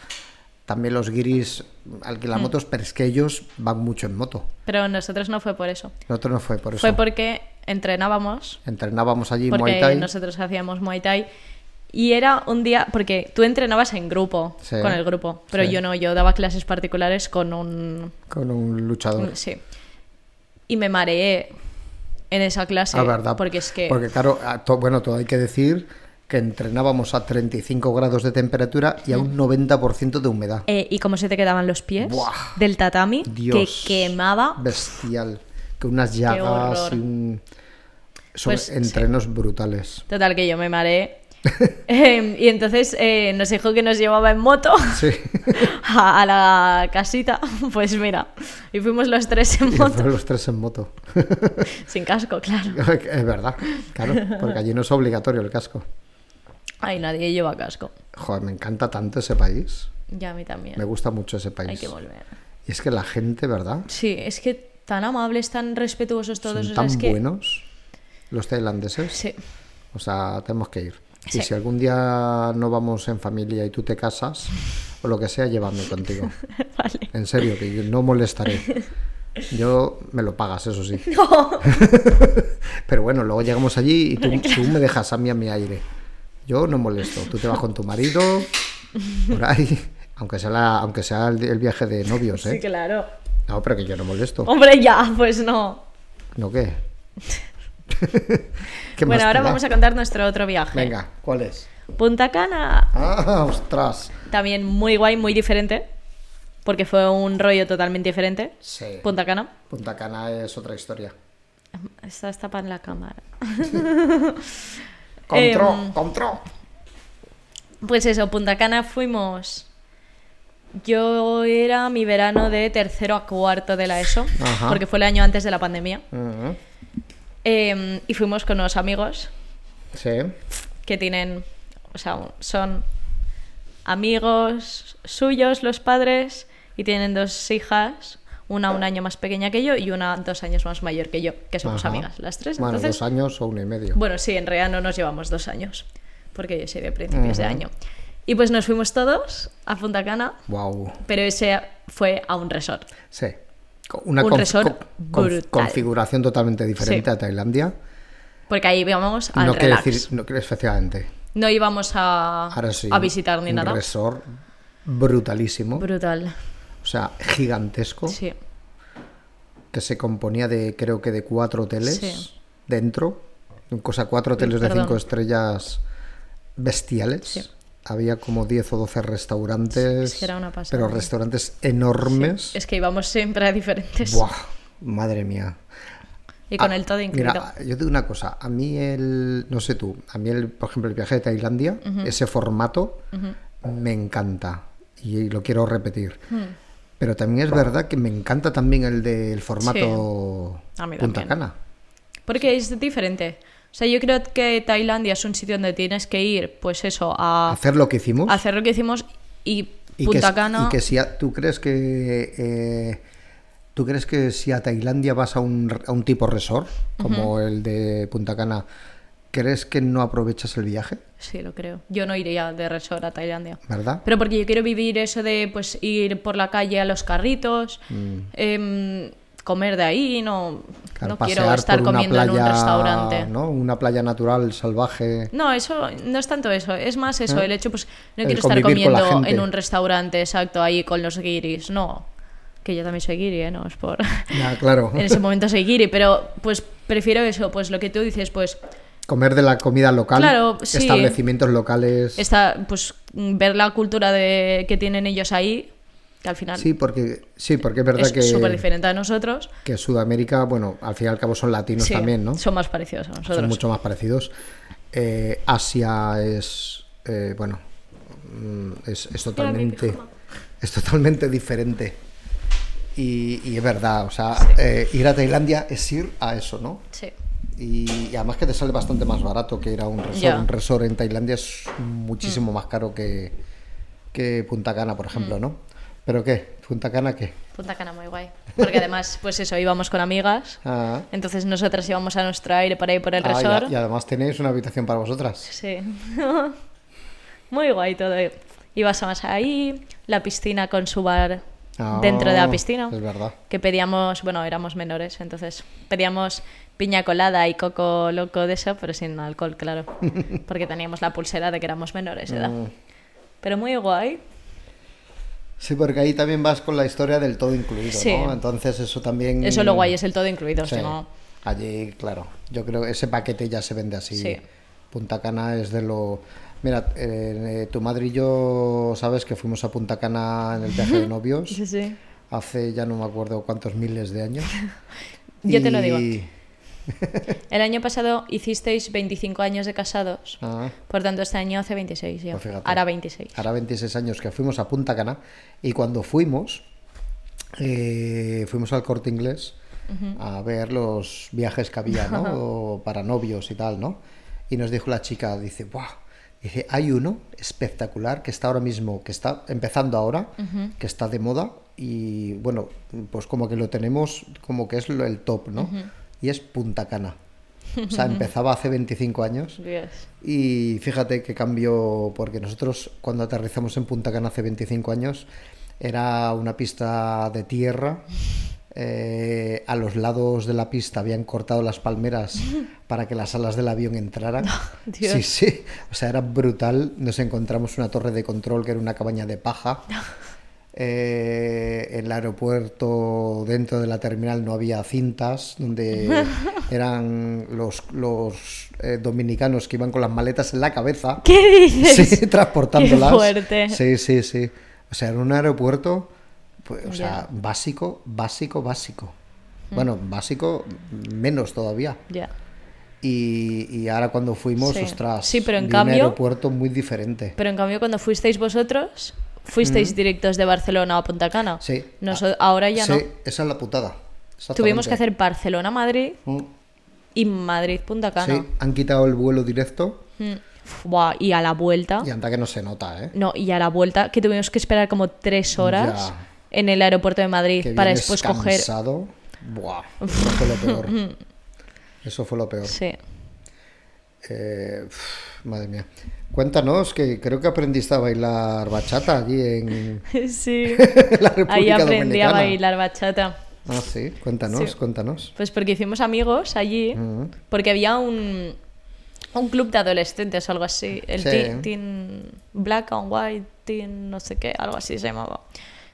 Speaker 1: también los guiris
Speaker 2: Mm.
Speaker 1: alquilan motos, pero es que ellos van mucho en moto.
Speaker 2: Pero nosotros no fue por eso.
Speaker 1: Nosotros no fue por eso.
Speaker 2: Fue porque entrenábamos,
Speaker 1: Entrenábamos allí Muay
Speaker 2: porque
Speaker 1: Thai.
Speaker 2: nosotros hacíamos Muay Thai. Y era un día, porque tú entrenabas en grupo,
Speaker 1: Sí.
Speaker 2: con el grupo, pero
Speaker 1: Sí.
Speaker 2: yo no, yo daba clases particulares con un...
Speaker 1: Con un luchador.
Speaker 2: un- sí. Y me mareé en esa clase,
Speaker 1: Ah, verdad.
Speaker 2: porque es que...
Speaker 1: Porque, claro, a to- bueno, todo hay que decir que entrenábamos a 35 grados de temperatura y a un 90% de humedad.
Speaker 2: Eh, y cómo se te quedaban los pies
Speaker 1: Buah.
Speaker 2: del tatami,
Speaker 1: Dios.
Speaker 2: que quemaba
Speaker 1: Bestial. Que unas llagas
Speaker 2: horror.
Speaker 1: y un- Son
Speaker 2: Pues, sí.
Speaker 1: entrenos
Speaker 2: [LAUGHS]
Speaker 1: brutales.
Speaker 2: Total, que yo me
Speaker 1: [LAUGHS]
Speaker 2: mareé. Eh, y entonces eh, nos dijo que nos llevaba en moto [LAUGHS]
Speaker 1: Sí.
Speaker 2: a, a la casita. [LAUGHS] Pues mira, y fuimos los tres en
Speaker 1: [LAUGHS] Y
Speaker 2: moto.
Speaker 1: fueron los tres en moto. [LAUGHS]
Speaker 2: Sin casco, claro.
Speaker 1: es verdad, claro, porque allí no es obligatorio el casco.
Speaker 2: Ay, nadie lleva casco.
Speaker 1: Joder, me encanta tanto ese país.
Speaker 2: Ya a mí también.
Speaker 1: Me gusta mucho ese país.
Speaker 2: Hay que volver.
Speaker 1: Y es que la gente, ¿verdad?
Speaker 2: Sí, es que tan amables, tan respetuosos todos. o
Speaker 1: Son
Speaker 2: sea,
Speaker 1: tan
Speaker 2: es que...
Speaker 1: buenos los tailandeses.
Speaker 2: [LAUGHS] Sí.
Speaker 1: O sea, tenemos que ir. Y
Speaker 2: Sí.
Speaker 1: si algún día no vamos en familia y tú te casas o lo que sea, llévame contigo.
Speaker 2: vale.
Speaker 1: En serio, que yo no molestaré. Yo me lo pagas, eso
Speaker 2: [LAUGHS]
Speaker 1: sí. [LAUGHS] Pero bueno, luego llegamos allí y tú, tú me dejas a mí a mi aire. Yo no molesto. Tú te vas con tu marido, por ahí. Aunque sea, la- aunque sea el, el viaje de novios,
Speaker 2: Sí,
Speaker 1: ¿eh?
Speaker 2: claro.
Speaker 1: No, pero que yo no molesto.
Speaker 2: Hombre, ya, pues no.
Speaker 1: ¿No
Speaker 2: [LAUGHS]
Speaker 1: qué? ¿Qué más
Speaker 2: Bueno,
Speaker 1: te
Speaker 2: ahora
Speaker 1: da?
Speaker 2: vamos a contar nuestro otro viaje.
Speaker 1: Venga, ¿cuál es?
Speaker 2: Punta Cana.
Speaker 1: ¡Ah, ostras!
Speaker 2: También muy guay, muy diferente. Porque fue un rollo totalmente diferente.
Speaker 1: Sí.
Speaker 2: Punta Cana.
Speaker 1: Punta Cana es otra historia.
Speaker 2: Está tapada en la cámara.
Speaker 1: Control,
Speaker 2: Em,
Speaker 1: control.
Speaker 2: Pues eso, Punta Cana fuimos. Yo era mi verano de tercero a cuarto de la ESO.
Speaker 1: Ajá.
Speaker 2: Porque fue el año antes de la pandemia.
Speaker 1: Ujú.
Speaker 2: Em, y fuimos con unos amigos
Speaker 1: Sí.
Speaker 2: que tienen. O sea, son amigos suyos, los padres. Y tienen dos hijas. Una un año más pequeña que yo y una dos años más mayor que yo, que somos
Speaker 1: Ajá.
Speaker 2: amigas las tres.
Speaker 1: Bueno,
Speaker 2: Entonces,
Speaker 1: dos años o uno y medio.
Speaker 2: Bueno, sí, en realidad no nos llevamos dos años, porque yo soy de principios de
Speaker 1: Ujú.
Speaker 2: año. Y pues nos fuimos todos a Punta Cana,
Speaker 1: Wow.
Speaker 2: pero ese fue a un resort.
Speaker 1: Sí. Co- Una
Speaker 2: Un
Speaker 1: conf-
Speaker 2: resort
Speaker 1: conf-
Speaker 2: brutal.
Speaker 1: configuración totalmente diferente
Speaker 2: Sí.
Speaker 1: a Tailandia.
Speaker 2: Porque ahí íbamos al
Speaker 1: no quiere
Speaker 2: relax.
Speaker 1: decir, no quiere- efectivamente.
Speaker 2: No íbamos a,
Speaker 1: Ahora sí.
Speaker 2: a visitar ni nada.
Speaker 1: Un resort brutalísimo.
Speaker 2: Brutal.
Speaker 1: o sea, gigantesco.
Speaker 2: Sí.
Speaker 1: Que se componía de, creo que de cuatro hoteles
Speaker 2: Sí.
Speaker 1: dentro. Cosa, cuatro hoteles de
Speaker 2: Perdón.
Speaker 1: cinco estrellas bestiales.
Speaker 2: Sí.
Speaker 1: Había como 10 o 12 restaurantes.
Speaker 2: es que era una pasada. ¿eh?
Speaker 1: Pero restaurantes enormes.
Speaker 2: Es que íbamos siempre a diferentes.
Speaker 1: Buah, madre mía.
Speaker 2: Y con
Speaker 1: Ah,
Speaker 2: el todo incluido.
Speaker 1: Mira, yo te digo una cosa. A mí el. No sé tú. A mí, el, por ejemplo, el viaje de Tailandia, ese formato, me encanta. Y lo quiero repetir. Pero también es verdad que me encanta también el del formato
Speaker 2: A mí
Speaker 1: Punta
Speaker 2: también.
Speaker 1: Cana.
Speaker 2: Porque es diferente. O sea, yo creo que Tailandia es un sitio donde tienes que ir, pues eso, a
Speaker 1: Hacer lo que hicimos.
Speaker 2: a hacer lo que hicimos y,
Speaker 1: y que,
Speaker 2: Punta
Speaker 1: si-
Speaker 2: Cana.
Speaker 1: y que si a- tú crees que. eh, ¿Tú crees que si a Tailandia vas a un, r- a un tipo resort, como el de Punta Cana, crees que no aprovechas el viaje?
Speaker 2: Sí, lo creo. Yo no iría de resort a Tailandia.
Speaker 1: ¿Verdad?
Speaker 2: Pero porque yo quiero vivir eso de pues ir por la calle a los carritos, em, comer de ahí, no,
Speaker 1: Mm. Claro,
Speaker 2: no quiero
Speaker 1: pasear
Speaker 2: estar
Speaker 1: por una
Speaker 2: comiendo en un
Speaker 1: playa,
Speaker 2: restaurante. No.
Speaker 1: ¿no? Una playa natural, salvaje.
Speaker 2: eso no es tanto eso, es más eso, el hecho pues
Speaker 1: Ah.
Speaker 2: no
Speaker 1: El
Speaker 2: quiero estar
Speaker 1: convivir con la
Speaker 2: comiendo
Speaker 1: gente.
Speaker 2: en un restaurante, exacto, ahí con los guiris, no, que yo también soy guiri, ¿eh? no es por
Speaker 1: Ya, claro.
Speaker 2: [LAUGHS] en ese momento soy guiri, pero pues prefiero eso, pues lo que tú dices, pues
Speaker 1: [LAUGHS] Comer de la comida local.
Speaker 2: Claro, sí.
Speaker 1: Establecimientos locales.
Speaker 2: esta pues mm, ver la cultura de que tienen ellos ahí, que al final
Speaker 1: Sí, porque, sí, porque es verdad
Speaker 2: es súper
Speaker 1: que,
Speaker 2: diferente a nosotros.
Speaker 1: que Sudamérica, bueno, al fin y al cabo son latinos
Speaker 2: Sí,
Speaker 1: también, ¿no?
Speaker 2: Son más parecidos a nosotros.
Speaker 1: Son mucho más parecidos. Eh, Asia es, eh, bueno, mm, es, es totalmente, es totalmente diferente. Y, y es verdad, o sea, eh, ir a Tailandia es ir a eso, ¿no?
Speaker 2: Sí.
Speaker 1: Y, y además que te sale bastante más barato que ir a un resort.
Speaker 2: Ya. Mm.
Speaker 1: Un resort en Tailandia es muchísimo más caro que, que Punta Cana, por ejemplo, ¿no? ¿Pero qué? ¿Punta Cana qué?
Speaker 2: Punta Cana muy guay. Porque además, pues eso, íbamos con
Speaker 1: [LAUGHS]
Speaker 2: amigas.
Speaker 1: Ah,
Speaker 2: Entonces nosotras íbamos a nuestro aire para ir por el
Speaker 1: ah, y a-
Speaker 2: resort.
Speaker 1: y, además tenéis una habitación para vosotras.
Speaker 2: Sí. [LAUGHS] muy guay todo. Ibas a más ahí, la piscina con su bar
Speaker 1: Ah,
Speaker 2: dentro de la piscina.
Speaker 1: Es verdad.
Speaker 2: Que pedíamos, bueno, éramos menores, entonces pedíamos piña colada y coco loco de eso, pero sin
Speaker 1: [LAUGHS]
Speaker 2: alcohol, claro. Porque teníamos la pulsera de que éramos menores, ¿verdad?
Speaker 1: Mm.
Speaker 2: Pero muy guay.
Speaker 1: Sí, porque ahí también vas con la historia del todo incluido,
Speaker 2: Sí.
Speaker 1: ¿no? Entonces eso también...
Speaker 2: Eso lo guay es el todo incluido,
Speaker 1: Mm. Sí.
Speaker 2: si no-
Speaker 1: Allí, claro. Yo creo que ese paquete ya se vende así.
Speaker 2: Sí.
Speaker 1: Punta Cana es de lo... Mira, eh, eh, tu madre y yo, sabes que fuimos a Punta Cana en el viaje de
Speaker 2: [LAUGHS]
Speaker 1: novios
Speaker 2: Sí, sí.
Speaker 1: hace ya no me acuerdo cuántos miles de años.
Speaker 2: [LAUGHS] Yo te lo
Speaker 1: Y-
Speaker 2: digo. El año pasado hicisteis 25 años de casados.
Speaker 1: Ah.
Speaker 2: Por tanto, este año hace 26 ya.
Speaker 1: Pues fíjate.
Speaker 2: Hará 26.
Speaker 1: Hará 26 años que fuimos a Punta Cana y cuando fuimos, eh, fuimos al corte inglés a ver los viajes que había, ¿no? O para novios y tal, ¿no? Y nos dijo la chica, dice, ¡buah! Dice, hay uno espectacular que está ahora mismo, que está empezando ahora, que está de moda y bueno, pues como que lo tenemos, como que es lo- el top, ¿no? Y es Punta Cana. O sea, empezaba hace 25 años
Speaker 2: Dios.
Speaker 1: y fíjate que cambió, porque nosotros cuando aterrizamos en Punta Cana hace 25 años, era una pista de tierra. eh, a los lados de la pista habían cortado las palmeras para que las alas del avión entraran.
Speaker 2: Dios.
Speaker 1: Sí, sí. O sea, era brutal. Nos encontramos una torre de control que era una cabaña de
Speaker 2: [LAUGHS]
Speaker 1: paja. Eh, el aeropuerto dentro de la terminal no había cintas
Speaker 2: [LAUGHS]
Speaker 1: donde eran los, los, eh, dominicanos que iban con las maletas en la cabeza
Speaker 2: ¿Qué dices?
Speaker 1: [LAUGHS] sí, transportándolas
Speaker 2: Qué fuerte.
Speaker 1: sí sí sí o sea era un aeropuerto pues, o
Speaker 2: Ya. Mm.
Speaker 1: sea básico básico básico bueno básico menos todavía
Speaker 2: Ya.
Speaker 1: y, y ahora cuando fuimos
Speaker 2: Sí.
Speaker 1: ostras
Speaker 2: Sí, pero en
Speaker 1: vi un
Speaker 2: cambio-
Speaker 1: aeropuerto muy diferente
Speaker 2: Pero en cambio, cuando fuisteis vosotros, fuisteis directos de Barcelona a Punta Cana.
Speaker 1: Mm. sí
Speaker 2: Noso-
Speaker 1: Ah,
Speaker 2: ahora ya
Speaker 1: sí,
Speaker 2: no.
Speaker 1: esa es la putada exactamente.
Speaker 2: Tuvimos que hacer Barcelona-Madrid
Speaker 1: Mm.
Speaker 2: y Madrid-Punta Cana.
Speaker 1: Sí, han quitado el vuelo directo
Speaker 2: Mm. Uf, buah, y a la vuelta.
Speaker 1: y anda que no se nota, ¿eh?
Speaker 2: No, y a la vuelta, que tuvimos que esperar como tres horas
Speaker 1: Ya.
Speaker 2: en el aeropuerto de Madrid
Speaker 1: Que
Speaker 2: para
Speaker 1: vienes
Speaker 2: después coger. Mm.
Speaker 1: cansado.
Speaker 2: [LAUGHS]
Speaker 1: Buah, eso fue lo peor. Eso fue lo peor.
Speaker 2: Sí. [LAUGHS]
Speaker 1: Eh, uf, madre mía. Cuéntanos que creo que aprendiste a bailar bachata allí en [LAUGHS]
Speaker 2: Sí.
Speaker 1: la República
Speaker 2: Ahí aprendí
Speaker 1: Dominicana.
Speaker 2: a bailar bachata.
Speaker 1: Ah, sí. Cuéntanos,
Speaker 2: Sí.
Speaker 1: cuéntanos.
Speaker 2: Pues porque hicimos amigos allí,
Speaker 1: Ujú.
Speaker 2: porque había un, un club de adolescentes o algo así, el
Speaker 1: Sí.
Speaker 2: teen, Teen Black and White, Teen no sé qué, algo así se llamaba.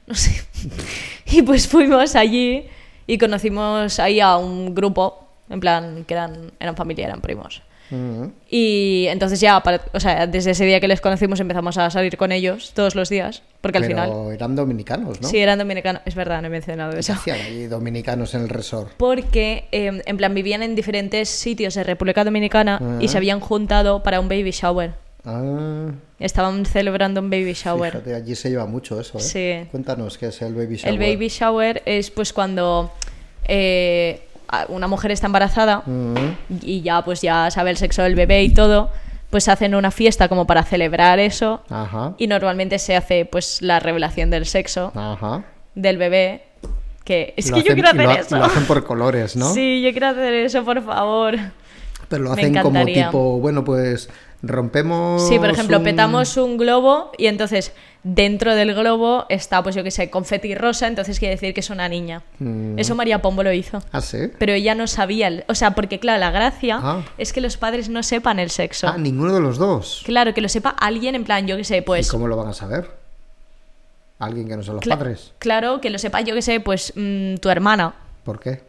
Speaker 2: No sé. [LAUGHS] Y pues fuimos allí y conocimos ahí a un grupo, en plan, que eran, eran familia, eran primos.
Speaker 1: Mm.
Speaker 2: Y entonces ya, para- o sea, desde ese día que les conocimos empezamos a salir con ellos todos los días, porque al
Speaker 1: Pero
Speaker 2: final...
Speaker 1: eran dominicanos, ¿no?
Speaker 2: Sí, eran dominicanos. Es verdad, no he mencionado eso.
Speaker 1: Hacían allí dominicanos en el resort.
Speaker 2: Porque, eh, en plan, vivían en diferentes sitios de República Dominicana y
Speaker 1: Ajá.
Speaker 2: se habían juntado para un baby shower.
Speaker 1: Ah,
Speaker 2: Estaban celebrando un baby shower.
Speaker 1: fíjate, allí se lleva mucho eso, ¿eh?
Speaker 2: Sí.
Speaker 1: Cuéntanos qué es el baby shower.
Speaker 2: El baby shower es pues cuando eh, a- una mujer está embarazada
Speaker 1: Mm.
Speaker 2: y ya pues ya sabe el sexo del bebé y todo, pues hacen una fiesta como para celebrar eso
Speaker 1: Ajá.
Speaker 2: y normalmente se hace pues la revelación del sexo
Speaker 1: Ajá.
Speaker 2: del bebé que es
Speaker 1: Ah. Lo
Speaker 2: que yo
Speaker 1: hacen-
Speaker 2: quiero
Speaker 1: y
Speaker 2: hacer
Speaker 1: lo ha-
Speaker 2: eso.
Speaker 1: Lo hacen por colores, ¿no?
Speaker 2: Sí, yo quiero hacer eso, por favor.
Speaker 1: Pero lo
Speaker 2: Me
Speaker 1: hacen como
Speaker 2: encantaría.
Speaker 1: tipo, bueno, pues rompemos.
Speaker 2: Sí, por ejemplo,
Speaker 1: un-
Speaker 2: petamos un globo y entonces dentro del globo está, pues yo qué sé, confeti rosa, entonces quiere decir que es una niña.
Speaker 1: Mm.
Speaker 2: Eso María Pombo lo hizo.
Speaker 1: Ah, sí.
Speaker 2: Pero ella no sabía, el- o sea, porque claro, la gracia
Speaker 1: Ah.
Speaker 2: es que los padres no sepan el sexo.
Speaker 1: Ah, ninguno de los dos.
Speaker 2: Claro, que lo sepa alguien en plan, yo que sé,
Speaker 1: ¿Y
Speaker 2: pues...
Speaker 1: cómo lo van a saber? Alguien que no son los
Speaker 2: cla-
Speaker 1: padres.
Speaker 2: Claro, que lo sepa, yo que sé, pues mm, tu hermana.
Speaker 1: ¿Por qué?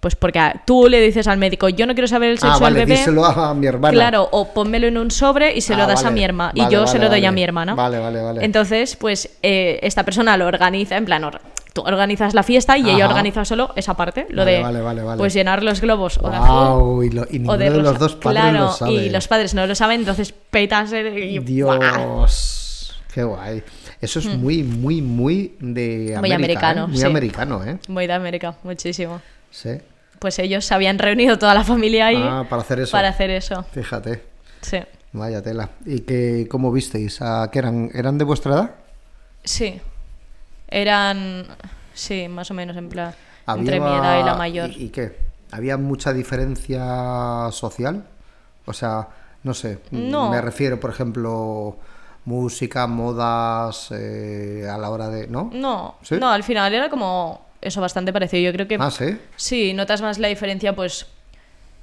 Speaker 2: Pues porque a- tú le dices al médico, yo no quiero saber el sexo
Speaker 1: Ah, vale,
Speaker 2: al bebé.
Speaker 1: díselo a mi hermana.
Speaker 2: Claro, o pónmelo en un sobre y se lo
Speaker 1: Ah,
Speaker 2: das a
Speaker 1: vale,
Speaker 2: mi hermana.
Speaker 1: vale,
Speaker 2: y yo se
Speaker 1: vale,
Speaker 2: lo doy a
Speaker 1: vale.
Speaker 2: mi hermana.
Speaker 1: Vale, vale, vale.
Speaker 2: Entonces, pues eh, esta persona lo organiza, en plan, or- tú organizas la fiesta y ella
Speaker 1: Ajá.
Speaker 2: organiza solo esa parte, lo
Speaker 1: Vale,
Speaker 2: de
Speaker 1: vale, vale, vale.
Speaker 2: pues llenar los globos o de azul
Speaker 1: Guau, y, lo- y
Speaker 2: o
Speaker 1: ninguno
Speaker 2: de
Speaker 1: de,
Speaker 2: rosa.
Speaker 1: los dos padres
Speaker 2: claro,
Speaker 1: lo sabe.
Speaker 2: y los padres no lo saben, entonces petas el- y ¡buah!
Speaker 1: Dios, qué guay. Eso es muy, muy, muy de
Speaker 2: Hmm. Muy
Speaker 1: América,
Speaker 2: americano,
Speaker 1: ¿eh? Muy
Speaker 2: sí.
Speaker 1: americano, ¿eh?
Speaker 2: Muy de América, muchísimo.
Speaker 1: Sí.
Speaker 2: Pues ellos se habían reunido toda la familia ahí
Speaker 1: Ah, para hacer eso.
Speaker 2: para hacer eso.
Speaker 1: Fíjate,
Speaker 2: Sí.
Speaker 1: vaya tela. ¿Y que, cómo visteis? ¿A qué eran? ¿Eran de vuestra edad?
Speaker 2: Sí. Eran. Sí, más o menos en plan.
Speaker 1: Había-
Speaker 2: Entre mi edad y la mayor.
Speaker 1: ¿Y, y qué? ¿Había mucha diferencia social? O sea, no sé. m-
Speaker 2: No.
Speaker 1: Me refiero, por ejemplo, música, modas, eh, a la hora de. ¿No?
Speaker 2: No,
Speaker 1: ¿Sí?
Speaker 2: no, al final era como eso bastante parecido. Yo creo que
Speaker 1: Ah, sí.
Speaker 2: sí, notas más la diferencia, pues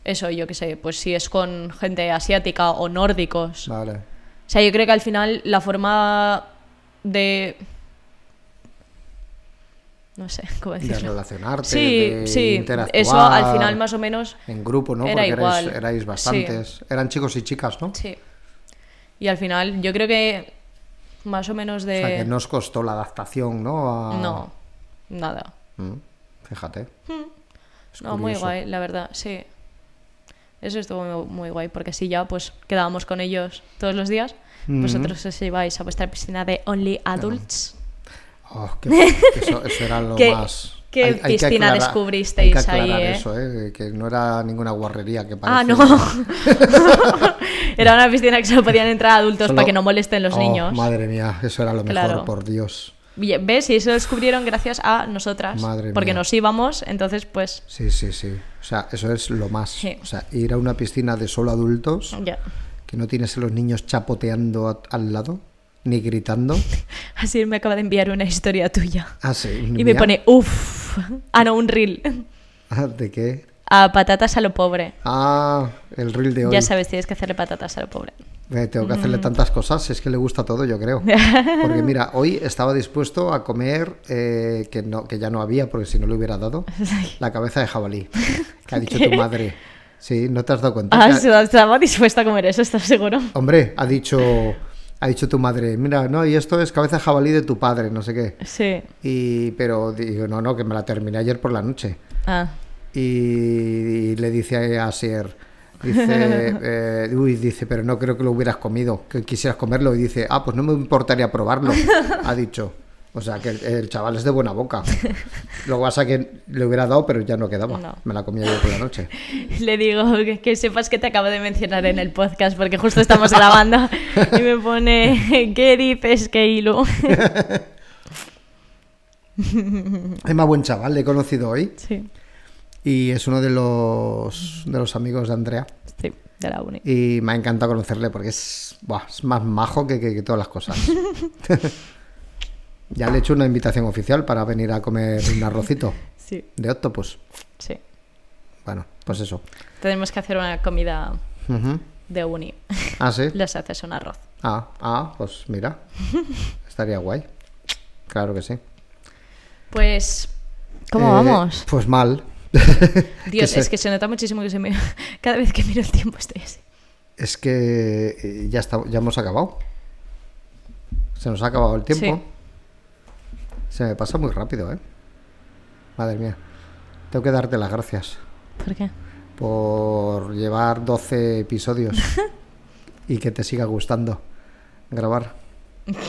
Speaker 2: eso, yo qué sé, pues si es con gente asiática o nórdicos.
Speaker 1: Vale.
Speaker 2: O sea, yo creo que al final la forma de no sé [LAUGHS] cómo
Speaker 1: De
Speaker 2: decirlo.
Speaker 1: relacionarte,
Speaker 2: pues sí,
Speaker 1: de
Speaker 2: sí,
Speaker 1: interactuar.
Speaker 2: eso al final más o menos
Speaker 1: En grupo, ¿no?
Speaker 2: Era
Speaker 1: Porque erais,
Speaker 2: igual,
Speaker 1: erais
Speaker 2: sí.
Speaker 1: bastantes. Eran chicos y chicas, ¿no?
Speaker 2: sí. Y al final yo creo que más o menos
Speaker 1: O
Speaker 2: de
Speaker 1: sea, que no os costó la adaptación, ¿no? A-
Speaker 2: no nada.
Speaker 1: Mm, fíjate. Es
Speaker 2: No, muy
Speaker 1: curioso.
Speaker 2: guay, la verdad, sí. Eso estuvo mu- muy, guay, porque así ya pues quedábamos con ellos todos los días.
Speaker 1: Mm-hmm.
Speaker 2: Vosotros os ibais a vuestra piscina de Only Adults.
Speaker 1: Oh, qué- eso, eso era
Speaker 2: [LAUGHS]
Speaker 1: lo
Speaker 2: ¿Qué-
Speaker 1: más.
Speaker 2: qué piscina descubristeis
Speaker 1: hay que aclarar
Speaker 2: ahí, eh?
Speaker 1: eso, ¿eh? Que no era ninguna guarrería que parecía.
Speaker 2: Ah, no. [LAUGHS] Era una piscina que solo podían entrar adultos
Speaker 1: Solo-
Speaker 2: para que no molesten los
Speaker 1: Oh,
Speaker 2: niños.
Speaker 1: Madre mía, eso era lo mejor,
Speaker 2: Claro.
Speaker 1: por Dios.
Speaker 2: Y, ¿Ves? Y eso lo descubrieron gracias a nosotras.
Speaker 1: Madre
Speaker 2: porque
Speaker 1: mía.
Speaker 2: nos íbamos, entonces pues...
Speaker 1: Sí, sí, sí. O sea, eso es lo más.
Speaker 2: Sí. Mm.
Speaker 1: O sea, ir a una piscina de solo adultos,
Speaker 2: Ya.
Speaker 1: que no tienes a los niños chapoteando a- al lado, ni
Speaker 2: [LAUGHS]
Speaker 1: gritando.
Speaker 2: Así me acaba de enviar una historia tuya.
Speaker 1: Ah, sí.
Speaker 2: Y me
Speaker 1: mira.
Speaker 2: pone, uff. Ah, no, un reel.
Speaker 1: Ah, ¿De qué?
Speaker 2: A patatas a lo pobre.
Speaker 1: Ah, el reel de hoy.
Speaker 2: Ya sabes, tienes que hacerle patatas a lo [LAUGHS] pobre.
Speaker 1: Eh, tengo que hacerle tantas cosas, es que le gusta todo, yo creo. Porque mira, hoy estaba dispuesto a comer, eh, que, no, que ya no había, porque si no le hubiera dado,
Speaker 2: Ah,
Speaker 1: la cabeza de jabalí, que ha dicho tu madre. Sí, ¿no te has dado cuenta?
Speaker 2: Ah,
Speaker 1: Que ha-
Speaker 2: se- estaba dispuesta a comer eso, ¿estás seguro?
Speaker 1: Hombre, ha dicho, ha dicho tu madre, mira, no, y esto es cabeza de jabalí de tu padre, no sé qué.
Speaker 2: Sí.
Speaker 1: Y, pero digo, no, no, que me la terminé ayer por la noche.
Speaker 2: Ah.
Speaker 1: Y, y le dice a Asier, dice, eh, uy, dice, pero no creo que lo hubieras comido, que quisieras comerlo. Y dice, ah, pues no me importaría probarlo, ha dicho. O sea, que el, el chaval es de buena boca. Lo que pasa que le hubiera dado, pero ya no quedaba.
Speaker 2: No.
Speaker 1: Me la comía yo por la noche.
Speaker 2: Le digo que, que sepas que te acabo de mencionar en el podcast porque justo estamos [LAUGHS] grabando y me pone, ¿qué dices, Keilu? [LAUGHS]
Speaker 1: Emma, buen chaval, le he conocido hoy
Speaker 2: Sí,
Speaker 1: y es uno de los, de los amigos de Andrea.
Speaker 2: sí, de la uni.
Speaker 1: Y me ha encantado conocerle porque es, buah, es más majo que, que- que todas las
Speaker 2: [LAUGHS]
Speaker 1: cosas. ya le he hecho una invitación oficial para venir a comer un arrocito
Speaker 2: Sí,
Speaker 1: de octopus.
Speaker 2: sí.
Speaker 1: Bueno, pues eso.
Speaker 2: Tenemos que hacer una comida
Speaker 1: Ujú.
Speaker 2: de uni. [LAUGHS]
Speaker 1: Ah, sí.
Speaker 2: Los haces un arroz.
Speaker 1: Ah, ah, pues mira.
Speaker 2: [LAUGHS]
Speaker 1: Estaría guay. Claro que sí.
Speaker 2: Pues, ¿cómo
Speaker 1: Eh,
Speaker 2: vamos?
Speaker 1: Pues mal.
Speaker 2: Dios,
Speaker 1: Que se-
Speaker 2: es que se nota muchísimo que se me... [LAUGHS] Cada vez que miro el tiempo estoy así.
Speaker 1: Es que eh, ya, está, ya hemos acabado. Se nos ha acabado el tiempo. Se me pasa muy rápido, ¿eh? Madre mía. Tengo que darte las gracias
Speaker 2: ¿Por qué?
Speaker 1: por llevar 12
Speaker 2: [LAUGHS]
Speaker 1: episodios y que te siga gustando grabar.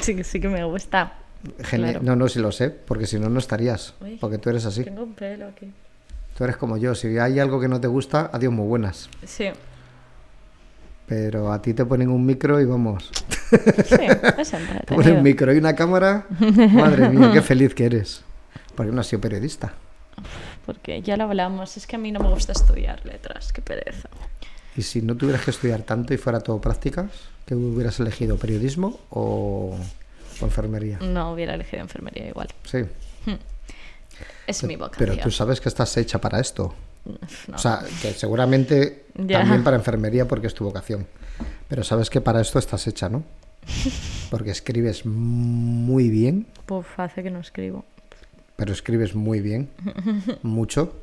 Speaker 2: Sí, sí que me gusta.
Speaker 1: Geni-
Speaker 2: Claro.
Speaker 1: No, no, si lo sé, porque si no, no estarías.
Speaker 2: Uy.
Speaker 1: Porque tú eres así.
Speaker 2: un pelo aquí.
Speaker 1: Tú eres como yo. Si hay algo que no te gusta, adiós, muy buenas.
Speaker 2: Sí.
Speaker 1: Pero a ti te ponen un micro y vamos.
Speaker 2: [LAUGHS] Sí,
Speaker 1: [LAUGHS]
Speaker 2: pues es
Speaker 1: Te ponen
Speaker 2: entretenido.
Speaker 1: un micro y una
Speaker 2: [LAUGHS]
Speaker 1: cámara. Madre mía, qué feliz que eres. Porque no has sido periodista.
Speaker 2: Porque ya lo hablamos, es que a mí no me gusta estudiar letras, qué pereza.
Speaker 1: Y si no tuvieras que estudiar tanto y fuera todo prácticas, ¿qué hubieras elegido? ¿Periodismo o, o enfermería?
Speaker 2: No hubiera elegido enfermería igual.
Speaker 1: Sí.
Speaker 2: Es mi vocación.
Speaker 1: Pero tú sabes que estás hecha para esto.
Speaker 2: No.
Speaker 1: O sea, que seguramente
Speaker 2: Ya.
Speaker 1: también para enfermería porque es tu vocación. Pero sabes que para esto estás hecha,
Speaker 2: [LAUGHS]
Speaker 1: ¿no? Porque escribes muy bien,
Speaker 2: Puf, hace que no escribo.
Speaker 1: pero escribes muy bien, mucho.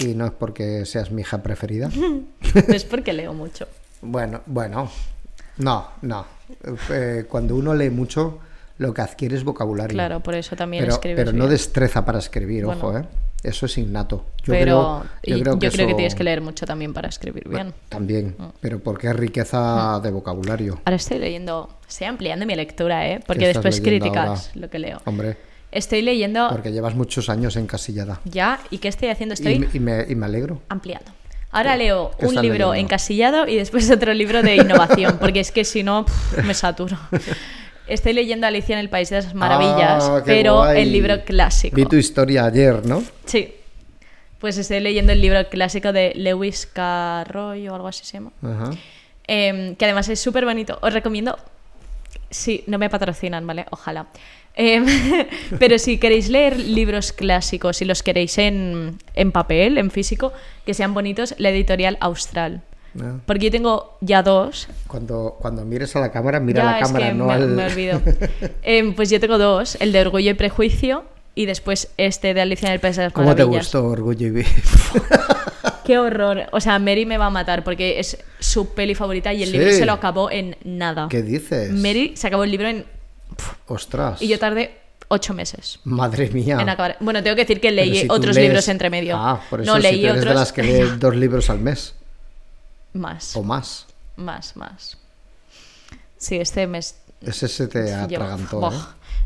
Speaker 1: Y no es porque seas mi hija
Speaker 2: [LAUGHS]
Speaker 1: preferida.
Speaker 2: [LAUGHS] es porque leo mucho.
Speaker 1: Bueno, bueno. No, no. Eh, cuando uno lee mucho, lo que adquiere es vocabulario.
Speaker 2: Claro, por eso también
Speaker 1: pero,
Speaker 2: escribes.
Speaker 1: pero no
Speaker 2: bien.
Speaker 1: destreza para escribir, ojo, ¿eh?
Speaker 2: Bueno.
Speaker 1: Eso es innato. Yo
Speaker 2: Pero
Speaker 1: creo,
Speaker 2: y-
Speaker 1: yo creo que, eso-
Speaker 2: tienes que leer mucho también para escribir bien. Mm.
Speaker 1: También, pero porque es riqueza de vocabulario.
Speaker 2: Ahora estoy leyendo, estoy ampliando mi lectura, ¿eh?
Speaker 1: ¿Qué
Speaker 2: Porque
Speaker 1: estás
Speaker 2: después
Speaker 1: leyendo
Speaker 2: criticas
Speaker 1: ahora?
Speaker 2: lo que leo.
Speaker 1: Hombre,
Speaker 2: Estoy leyendo
Speaker 1: porque llevas muchos años encasillada.
Speaker 2: ya y qué estoy
Speaker 1: Y
Speaker 2: haciendo, estoy
Speaker 1: me- Y, me, y me alegro.
Speaker 2: ampliando. Ahora leo
Speaker 1: ¿Qué
Speaker 2: un
Speaker 1: estás
Speaker 2: libro
Speaker 1: leyendo?
Speaker 2: encasillado y después [LAUGHS] otro libro de innovación, porque es que si no pf,
Speaker 1: [LAUGHS]
Speaker 2: me saturo. Estoy leyendo Alicia en el País de las Maravillas,
Speaker 1: Ah, qué
Speaker 2: pero
Speaker 1: guay.
Speaker 2: el libro clásico.
Speaker 1: Vi tu historia ayer, ¿no?
Speaker 2: Sí. Pues estoy leyendo el libro clásico de Lewis Carroll o algo así se llama.
Speaker 1: Ajá.
Speaker 2: Em, que además es súper bonito. Os recomiendo. Sí, no me patrocinan, ¿vale? Ojalá. Em, [LAUGHS] pero si queréis leer libros clásicos, si los queréis en, en papel, en físico, que sean bonitos, la editorial Austral.
Speaker 1: Ah.
Speaker 2: Porque yo tengo ya dos.
Speaker 1: Cuando, cuando mires a la cámara, mira
Speaker 2: ya
Speaker 1: la
Speaker 2: es
Speaker 1: cámara,
Speaker 2: que
Speaker 1: no
Speaker 2: me,
Speaker 1: al-
Speaker 2: me
Speaker 1: [LAUGHS]
Speaker 2: olvido. Em, pues yo tengo dos, el de Orgullo y Prejuicio y después este de Alicia en el País de las
Speaker 1: ¿Cómo te
Speaker 2: Maravillas.
Speaker 1: gustó Orgullo y Be-
Speaker 2: [LAUGHS] Qué horror. O sea, Mary me va a matar porque es su peli favorita y el libro
Speaker 1: Sí.
Speaker 2: se lo acabó en nada.
Speaker 1: ¿Qué dices?
Speaker 2: Mary se acabó el libro en. pf,
Speaker 1: Ostras.
Speaker 2: Y yo tardé ocho meses
Speaker 1: Madre mía.
Speaker 2: en acabar. Bueno, tengo que decir que
Speaker 1: Ah. Pero
Speaker 2: leí
Speaker 1: si tú
Speaker 2: otros
Speaker 1: lees-
Speaker 2: libros entre medio.
Speaker 1: Ah, por eso
Speaker 2: no
Speaker 1: si
Speaker 2: leí
Speaker 1: tú eres
Speaker 2: otros.
Speaker 1: de las que
Speaker 2: [LAUGHS]
Speaker 1: leen dos libros al mes
Speaker 2: Más,
Speaker 1: o más.
Speaker 2: más, más. Sí, este mes.
Speaker 1: Ese se te
Speaker 2: yo-
Speaker 1: atragantó.
Speaker 2: Buah,
Speaker 1: ¿eh?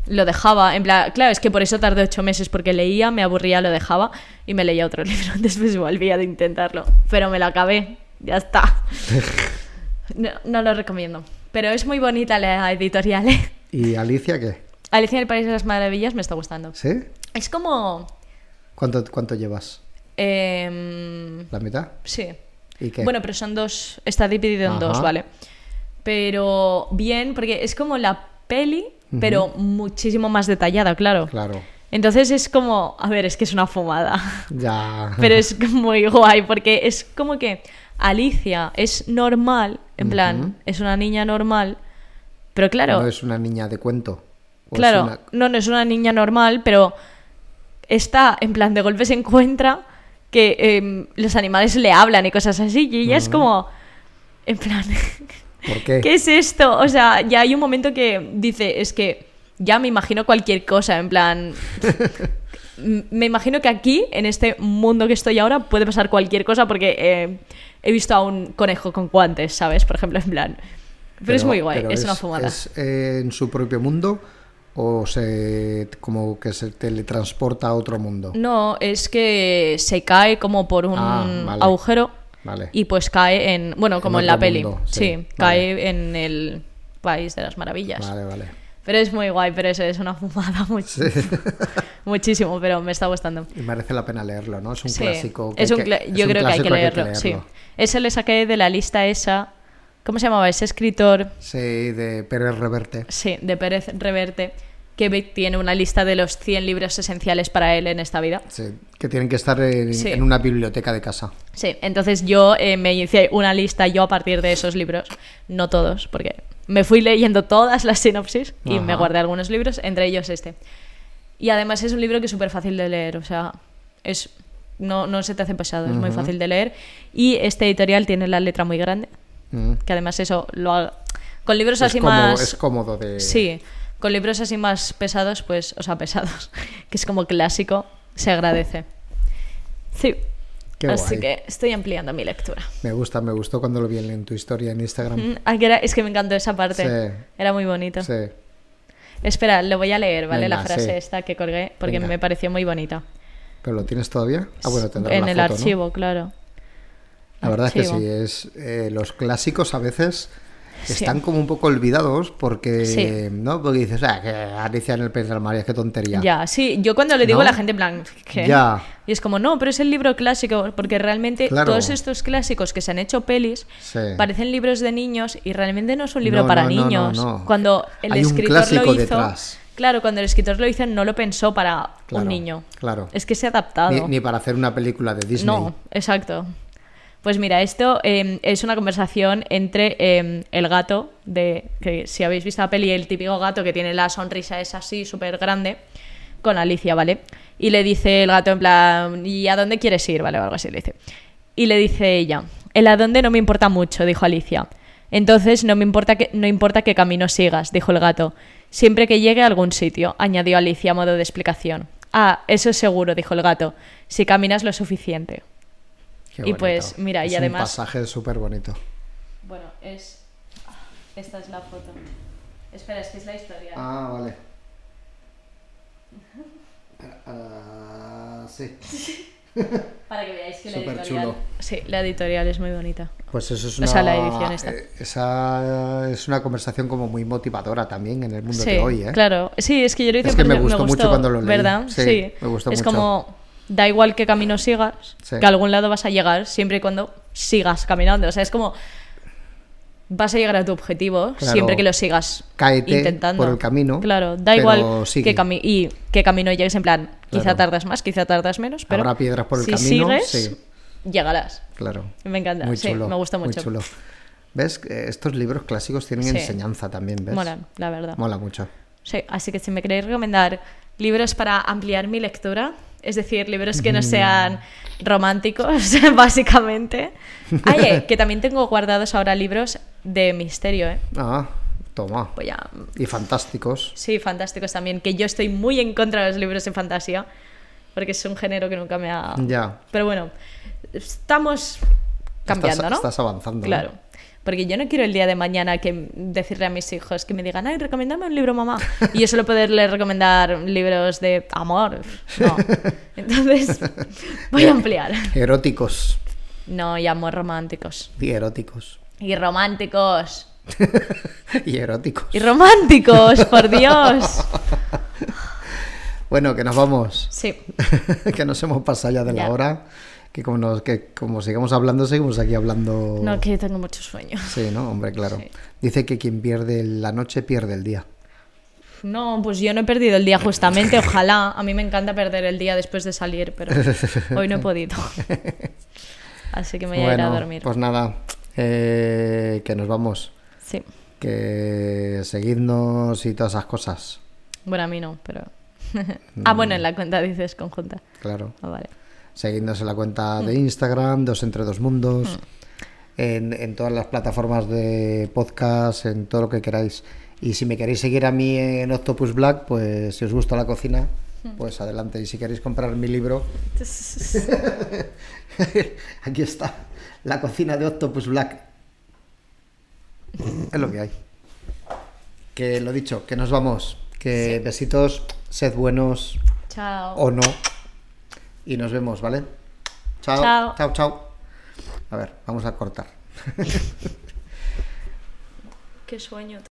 Speaker 2: Lo dejaba, en plan, claro, es que por eso tardé ocho meses, porque leía, me aburría, lo dejaba y me leía otro [LAUGHS] libro. Después volvía de intentarlo, pero me lo acabé,
Speaker 1: [LAUGHS]
Speaker 2: ya está. No, no lo recomiendo, pero es muy bonita la editorial. ¿eh?
Speaker 1: ¿Y Alicia qué?
Speaker 2: Alicia en el País de las Maravillas me está gustando.
Speaker 1: ¿Sí?
Speaker 2: Es como.
Speaker 1: ¿Cuánto, cuánto llevas?
Speaker 2: em,
Speaker 1: ¿La mitad?
Speaker 2: sí.
Speaker 1: ¿Y qué?
Speaker 2: Bueno, pero son dos. Está dividido en
Speaker 1: Ajá.
Speaker 2: dos, ¿vale? Pero bien, porque es como la peli, pero muchísimo más detallada, claro.
Speaker 1: Claro.
Speaker 2: Entonces es como. A ver, es que es una fumada. [LAUGHS]
Speaker 1: Ya.
Speaker 2: Pero es muy guay, porque es como que Alicia es normal, en plan,
Speaker 1: Ujú.
Speaker 2: es una niña normal, pero claro.
Speaker 1: [LAUGHS] No es una niña de cuento. O es
Speaker 2: Claro,
Speaker 1: una-
Speaker 2: no, no es una niña normal, pero está en plan de golpe se encuentra que em, los animales le hablan y cosas así, y ella es como, en plan, [LAUGHS]
Speaker 1: ¿Por qué?
Speaker 2: ¿qué es esto? O sea, ya hay un momento que dice, es que ya me imagino cualquier cosa, en plan,
Speaker 1: [LAUGHS]
Speaker 2: m- me imagino que aquí, en este mundo que estoy ahora, puede pasar cualquier cosa porque eh, he visto a un conejo con guantes, ¿sabes? Por ejemplo, en plan. Pero, es muy guay,
Speaker 1: pero
Speaker 2: es, una fumada.
Speaker 1: ¿Es eh, en su propio mundo o se como que se teletransporta a otro mundo?
Speaker 2: No, es que se cae como por un
Speaker 1: Ah, vale.
Speaker 2: agujero
Speaker 1: Vale.
Speaker 2: y pues cae en, bueno, como
Speaker 1: En
Speaker 2: en, la
Speaker 1: otro
Speaker 2: peli.
Speaker 1: mundo, sí,
Speaker 2: sí,
Speaker 1: vale.
Speaker 2: cae en el país de las maravillas.
Speaker 1: Vale, vale.
Speaker 2: Pero es muy guay, pero eso es una [LAUGHS] fumada much-
Speaker 1: Sí.
Speaker 2: muchísimo, pero me está gustando.
Speaker 1: y merece la pena leerlo, ¿no? Es un
Speaker 2: Sí,
Speaker 1: clásico. que
Speaker 2: es
Speaker 1: hay
Speaker 2: un
Speaker 1: que-
Speaker 2: cla-
Speaker 1: es
Speaker 2: yo
Speaker 1: un
Speaker 2: creo que hay que
Speaker 1: clásico
Speaker 2: leerlo, sí. Ese le saqué de la lista esa, ¿cómo se llamaba? Ese escritor,
Speaker 1: Sí, de Pérez Reverte.
Speaker 2: sí, de Pérez Reverte, que ve- tiene una lista de los 100 libros esenciales para él en esta vida.
Speaker 1: Sí, que tienen que estar en,
Speaker 2: Sí.
Speaker 1: en una biblioteca de casa.
Speaker 2: Sí, entonces yo eh, me hice una lista yo a partir de esos libros, no todos, porque me fui leyendo todas las sinopsis y
Speaker 1: Ajá.
Speaker 2: me guardé algunos libros, entre ellos este. Y además es un libro que es súper fácil de leer, o sea, es no, no se te hace pesado, es muy fácil de leer. Y este editorial tiene la letra muy grande,
Speaker 1: Mm.
Speaker 2: que además eso lo ha- con libros
Speaker 1: Es
Speaker 2: así
Speaker 1: cómodo-
Speaker 2: más
Speaker 1: es cómodo de-
Speaker 2: sí con libros así más pesados pues o sea pesados [LAUGHS] que es como clásico se agradece sí
Speaker 1: Qué
Speaker 2: así
Speaker 1: guay.
Speaker 2: que estoy ampliando mi lectura
Speaker 1: Me gusta, me gustó cuando lo vi en, en tu historia en Instagram.
Speaker 2: Mm, ah, que era- es que me encantó esa parte
Speaker 1: Sí.
Speaker 2: era muy bonito
Speaker 1: Sí.
Speaker 2: espera lo voy a leer vale
Speaker 1: Venga,
Speaker 2: la frase
Speaker 1: sí.
Speaker 2: esta que colgué porque
Speaker 1: Venga.
Speaker 2: me pareció muy bonita
Speaker 1: ¿Pero lo tienes todavía? Ah, bueno, tendrás
Speaker 2: en
Speaker 1: la
Speaker 2: el
Speaker 1: foto, ¿no?
Speaker 2: archivo claro
Speaker 1: La verdad
Speaker 2: Archivo.
Speaker 1: es que sí, es, eh, los clásicos a veces
Speaker 2: Sí.
Speaker 1: están como un poco olvidados porque,
Speaker 2: Sí.
Speaker 1: ¿no? Porque dices, ah, que Alicia en el País de las Maravillas, qué tontería.
Speaker 2: Ya, sí, yo cuando le digo
Speaker 1: ¿No?
Speaker 2: a la gente, en plan, ¿qué?
Speaker 1: Ya.
Speaker 2: Y es como, no, pero es el libro clásico, porque realmente
Speaker 1: Claro.
Speaker 2: todos estos clásicos que se han hecho pelis
Speaker 1: Sí.
Speaker 2: parecen libros de niños y realmente no es un libro
Speaker 1: No,
Speaker 2: para
Speaker 1: no, no,
Speaker 2: niños.
Speaker 1: no, no.
Speaker 2: Cuando el
Speaker 1: Hay un
Speaker 2: escritor
Speaker 1: clásico
Speaker 2: lo hizo.
Speaker 1: detrás.
Speaker 2: Claro, cuando el escritor lo hizo, no lo pensó para
Speaker 1: Claro,
Speaker 2: un niño.
Speaker 1: claro.
Speaker 2: Es que se ha adaptado.
Speaker 1: Ni, ni para hacer una película de Disney.
Speaker 2: No, exacto. Pues mira, esto eh, es una conversación entre eh, el gato, de que si habéis visto la peli, el típico gato que tiene la sonrisa es así, súper grande, con Alicia, ¿vale? Y le dice el gato en plan, ¿y a dónde quieres ir? ¿Vale? O algo así le dice. Y le dice ella, el a dónde no me importa mucho, dijo Alicia. Entonces no me importa que, no importa qué camino sigas, dijo el gato. Siempre que llegue a algún sitio, añadió Alicia a modo de explicación. Ah, eso es seguro, dijo el gato, si caminas lo suficiente.
Speaker 1: Qué
Speaker 2: Y
Speaker 1: bonito.
Speaker 2: pues, mira, y
Speaker 1: es
Speaker 2: además-
Speaker 1: Un pasaje súper bonito.
Speaker 2: Bueno, es. ah, Esta es la foto. Espera, es que es la historia.
Speaker 1: Ah, vale. Ah, sí.
Speaker 2: Para que veáis que la
Speaker 1: Súper
Speaker 2: editorial.
Speaker 1: chulo.
Speaker 2: Sí, la editorial es muy bonita.
Speaker 1: Pues eso es
Speaker 2: O
Speaker 1: una.
Speaker 2: sea, la edición esta.
Speaker 1: eh, esa es una conversación como muy motivadora también en el mundo
Speaker 2: sí,
Speaker 1: de hoy, ¿eh?
Speaker 2: claro. Sí, es que yo lo hice
Speaker 1: Es que
Speaker 2: porque
Speaker 1: me gustó mucho cuando lo leí.
Speaker 2: ¿Verdad?
Speaker 1: Sí, me gustó
Speaker 2: es
Speaker 1: mucho.
Speaker 2: como. Da igual qué camino sigas,
Speaker 1: Sí.
Speaker 2: que a algún lado vas a llegar siempre y cuando sigas caminando. O sea, es como. Vas a llegar a tu objetivo
Speaker 1: Claro.
Speaker 2: siempre que lo sigas
Speaker 1: Cáete
Speaker 2: intentando.
Speaker 1: por el camino,
Speaker 2: Claro, da
Speaker 1: pero
Speaker 2: igual
Speaker 1: sigue.
Speaker 2: qué, cami- y qué camino llegues. En plan, quizá
Speaker 1: Claro.
Speaker 2: tardas más, quizá tardas menos, pero.
Speaker 1: Habrá piedras por el
Speaker 2: si
Speaker 1: camino,
Speaker 2: Sigues,
Speaker 1: sí.
Speaker 2: Llegarás.
Speaker 1: Claro.
Speaker 2: Me encanta,
Speaker 1: Muy
Speaker 2: sí,
Speaker 1: chulo,
Speaker 2: me gusta
Speaker 1: muy
Speaker 2: mucho.
Speaker 1: chulo. ¿Ves? Eh, Estos libros clásicos tienen
Speaker 2: Sí.
Speaker 1: enseñanza también, ¿ves?
Speaker 2: Molan, la verdad.
Speaker 1: Mola mucho.
Speaker 2: Sí, así que si me queréis recomendar libros para ampliar mi lectura, es decir, libros que no sean románticos, [LAUGHS]
Speaker 1: [LAUGHS]
Speaker 2: básicamente. Ay, eh, que también tengo guardados ahora libros de misterio, ¿eh?
Speaker 1: Ah, toma.
Speaker 2: Voy a-
Speaker 1: Y fantásticos.
Speaker 2: Sí, fantásticos también, que yo estoy muy en contra de los libros de fantasía, porque es un género que nunca me ha...
Speaker 1: Ya.
Speaker 2: Pero bueno, estamos cambiando,
Speaker 1: Estás-
Speaker 2: ¿no?
Speaker 1: estás avanzando, ¿no?
Speaker 2: Claro. Porque yo no quiero el día de mañana que decirle a mis hijos que me digan, ay, recomiéndame un libro, mamá. Y yo solo poderle recomendar libros de amor.
Speaker 1: [LAUGHS]
Speaker 2: No. Entonces, voy a ampliar.
Speaker 1: Eh, Eróticos.
Speaker 2: No, y amor románticos.
Speaker 1: Y eróticos. [LAUGHS]
Speaker 2: Y románticos.
Speaker 1: y eróticos.
Speaker 2: Y románticos, por Dios.
Speaker 1: Bueno, que nos vamos. [LAUGHS]
Speaker 2: Sí.
Speaker 1: que nos hemos pasado ya de la
Speaker 2: Ya.
Speaker 1: hora. Que como, nos, que como sigamos hablando, seguimos aquí hablando.
Speaker 2: No, que tengo muchos sueños.
Speaker 1: Sí, ¿no? Hombre, claro.
Speaker 2: Sí.
Speaker 1: Dice que quien pierde la noche pierde el día.
Speaker 2: No, pues yo no he perdido el día justamente, ojalá. A mí me encanta perder el día después de salir, pero hoy no
Speaker 1: [LAUGHS]
Speaker 2: he podido. Así que me voy a ir a dormir.
Speaker 1: pues nada, eh, que nos vamos.
Speaker 2: Sí.
Speaker 1: Que seguidnos y todas esas cosas.
Speaker 2: Bueno, a mí no, pero... ah, bueno, en la cuenta dices conjunta.
Speaker 1: Claro.
Speaker 2: Ah, vale.
Speaker 1: Seguidnos en la cuenta
Speaker 2: Mm.
Speaker 1: de Instagram, Dos Entre Dos Mundos, en, en todas las plataformas de podcast, en todo lo que queráis. Y si me queréis seguir a mí en Octopus Black, pues si os gusta la cocina,
Speaker 2: Mm.
Speaker 1: pues adelante. Y si queréis comprar mi libro, [LAUGHS] aquí está, La cocina de Octopus Black. Es lo que hay. Que lo dicho, que nos vamos. Que besitos, sed buenos
Speaker 2: Chao.
Speaker 1: o no. Y nos vemos, ¿vale? Chao.
Speaker 2: Chao.
Speaker 1: Chao, chao. A ver, vamos a cortar.
Speaker 2: Qué sueño.